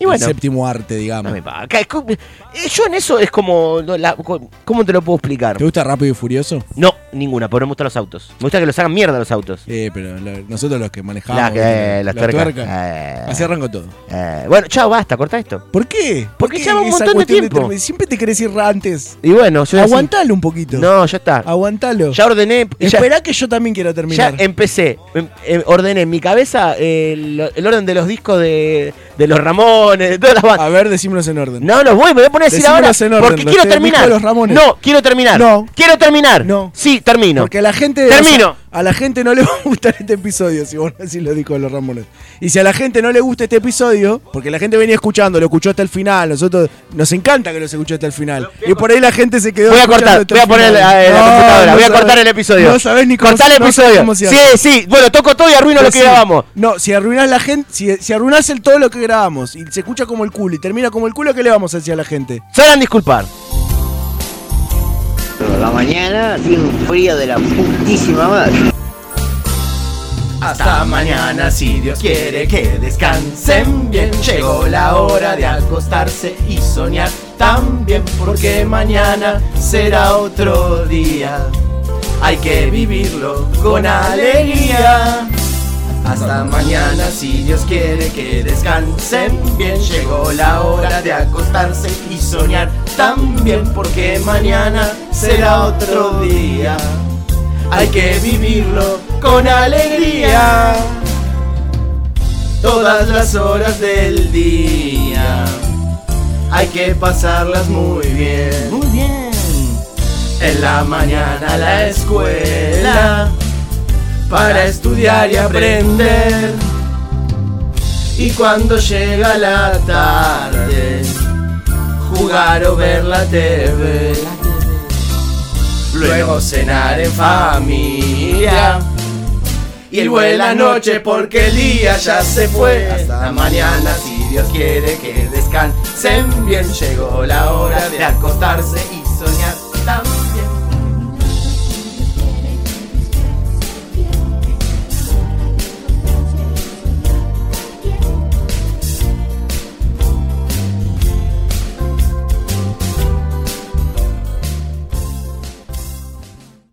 Speaker 13: Y bueno.
Speaker 12: el séptimo arte, digamos.
Speaker 13: No me va. Acá es como- eh, Yo en eso es como. no, la- co- ¿Cómo te lo puedo explicar?
Speaker 12: ¿Te gusta Rápido y Furioso?
Speaker 13: No, ninguna, porque no me gustan los autos. Me gusta que los hagan mierda los autos.
Speaker 12: Eh, pero la- nosotros los que manejamos.
Speaker 13: La que-
Speaker 12: ¿viste?
Speaker 13: las
Speaker 12: La
Speaker 13: tuercas.
Speaker 12: tuerca. Así arranco todo.
Speaker 13: Eh, bueno, chao, basta, corta esto.
Speaker 12: ¿Por qué? ¿Por
Speaker 13: Porque
Speaker 12: qué
Speaker 13: lleva un
Speaker 12: esa
Speaker 13: montón de
Speaker 12: cuestión
Speaker 13: tiempo.
Speaker 12: termi- Siempre te querés ir antes.
Speaker 13: Y bueno, yo.
Speaker 12: Aguantalo un poquito.
Speaker 13: No, ya está.
Speaker 12: Aguantalo.
Speaker 13: Ah. Ya ordené. ya-
Speaker 12: Esperá que yo también quiero terminar.
Speaker 13: Ya empecé, em- em- ordené en mi cabeza el, el orden de los discos de, de los Ramones, de todas las bandas.
Speaker 12: A ver, decímelos en orden.
Speaker 13: No, los voy, me voy a poner a decir ahora
Speaker 12: Decímelos en orden,
Speaker 13: porque
Speaker 12: los
Speaker 13: quiero
Speaker 12: te-
Speaker 13: terminar.
Speaker 12: discos de los Ramones.
Speaker 13: No, quiero terminar.
Speaker 12: No.
Speaker 13: Quiero terminar.
Speaker 12: No.
Speaker 13: Sí, termino.
Speaker 12: Porque a la gente.
Speaker 13: Termino.
Speaker 12: o sea, a la gente no le va a gustar este episodio, si vos así lo dijo los Ramones. Y si a la gente no le gusta este episodio, porque la gente venía escuchando, lo escuchó hasta el final, nosotros nos encanta que los escuchó hasta el final. Y por ahí la gente se quedó.
Speaker 13: Voy a
Speaker 12: escuchando
Speaker 13: cortar,
Speaker 12: hasta
Speaker 13: voy a poner
Speaker 12: el
Speaker 13: la,
Speaker 12: final.
Speaker 13: eh, la
Speaker 12: No,
Speaker 13: computadora,
Speaker 12: no
Speaker 13: voy a
Speaker 12: sabés-
Speaker 13: cortar el episodio.
Speaker 12: No sabés ni cómo
Speaker 13: Cortar el
Speaker 12: no sabés
Speaker 13: episodio.
Speaker 12: cómo se
Speaker 13: sí,
Speaker 12: hace.
Speaker 13: sí, bueno, toco todo y arruino lo que
Speaker 12: Decí-
Speaker 13: grabamos.
Speaker 12: No, si arruinás la gente, si, si arruinás el, todo lo que grabamos y se escucha como el culo y termina como el culo, ¿qué le vamos a decir a la gente?
Speaker 13: Sabrán disculpar.
Speaker 1: La mañana tiene un frío de la putísima madre.
Speaker 3: Hasta mañana si Dios quiere que descansen bien. Llegó la hora de acostarse y soñar también porque mañana será otro día. Hay que vivirlo con alegría. Hasta mañana si Dios quiere que descansen bien. Llegó la hora de acostarse y soñar también porque mañana será otro día. Hay que vivirlo con alegría. Todas las horas del día. Hay que pasarlas muy bien. Muy bien. En la mañana a la escuela para estudiar y aprender. Y cuando llega la tarde, jugar o ver la TV. Luego cenar en familia. Y buena noche porque el día ya se fue. Hasta mañana si Dios quiere que descansen bien. Llegó la hora de acostarse y soñar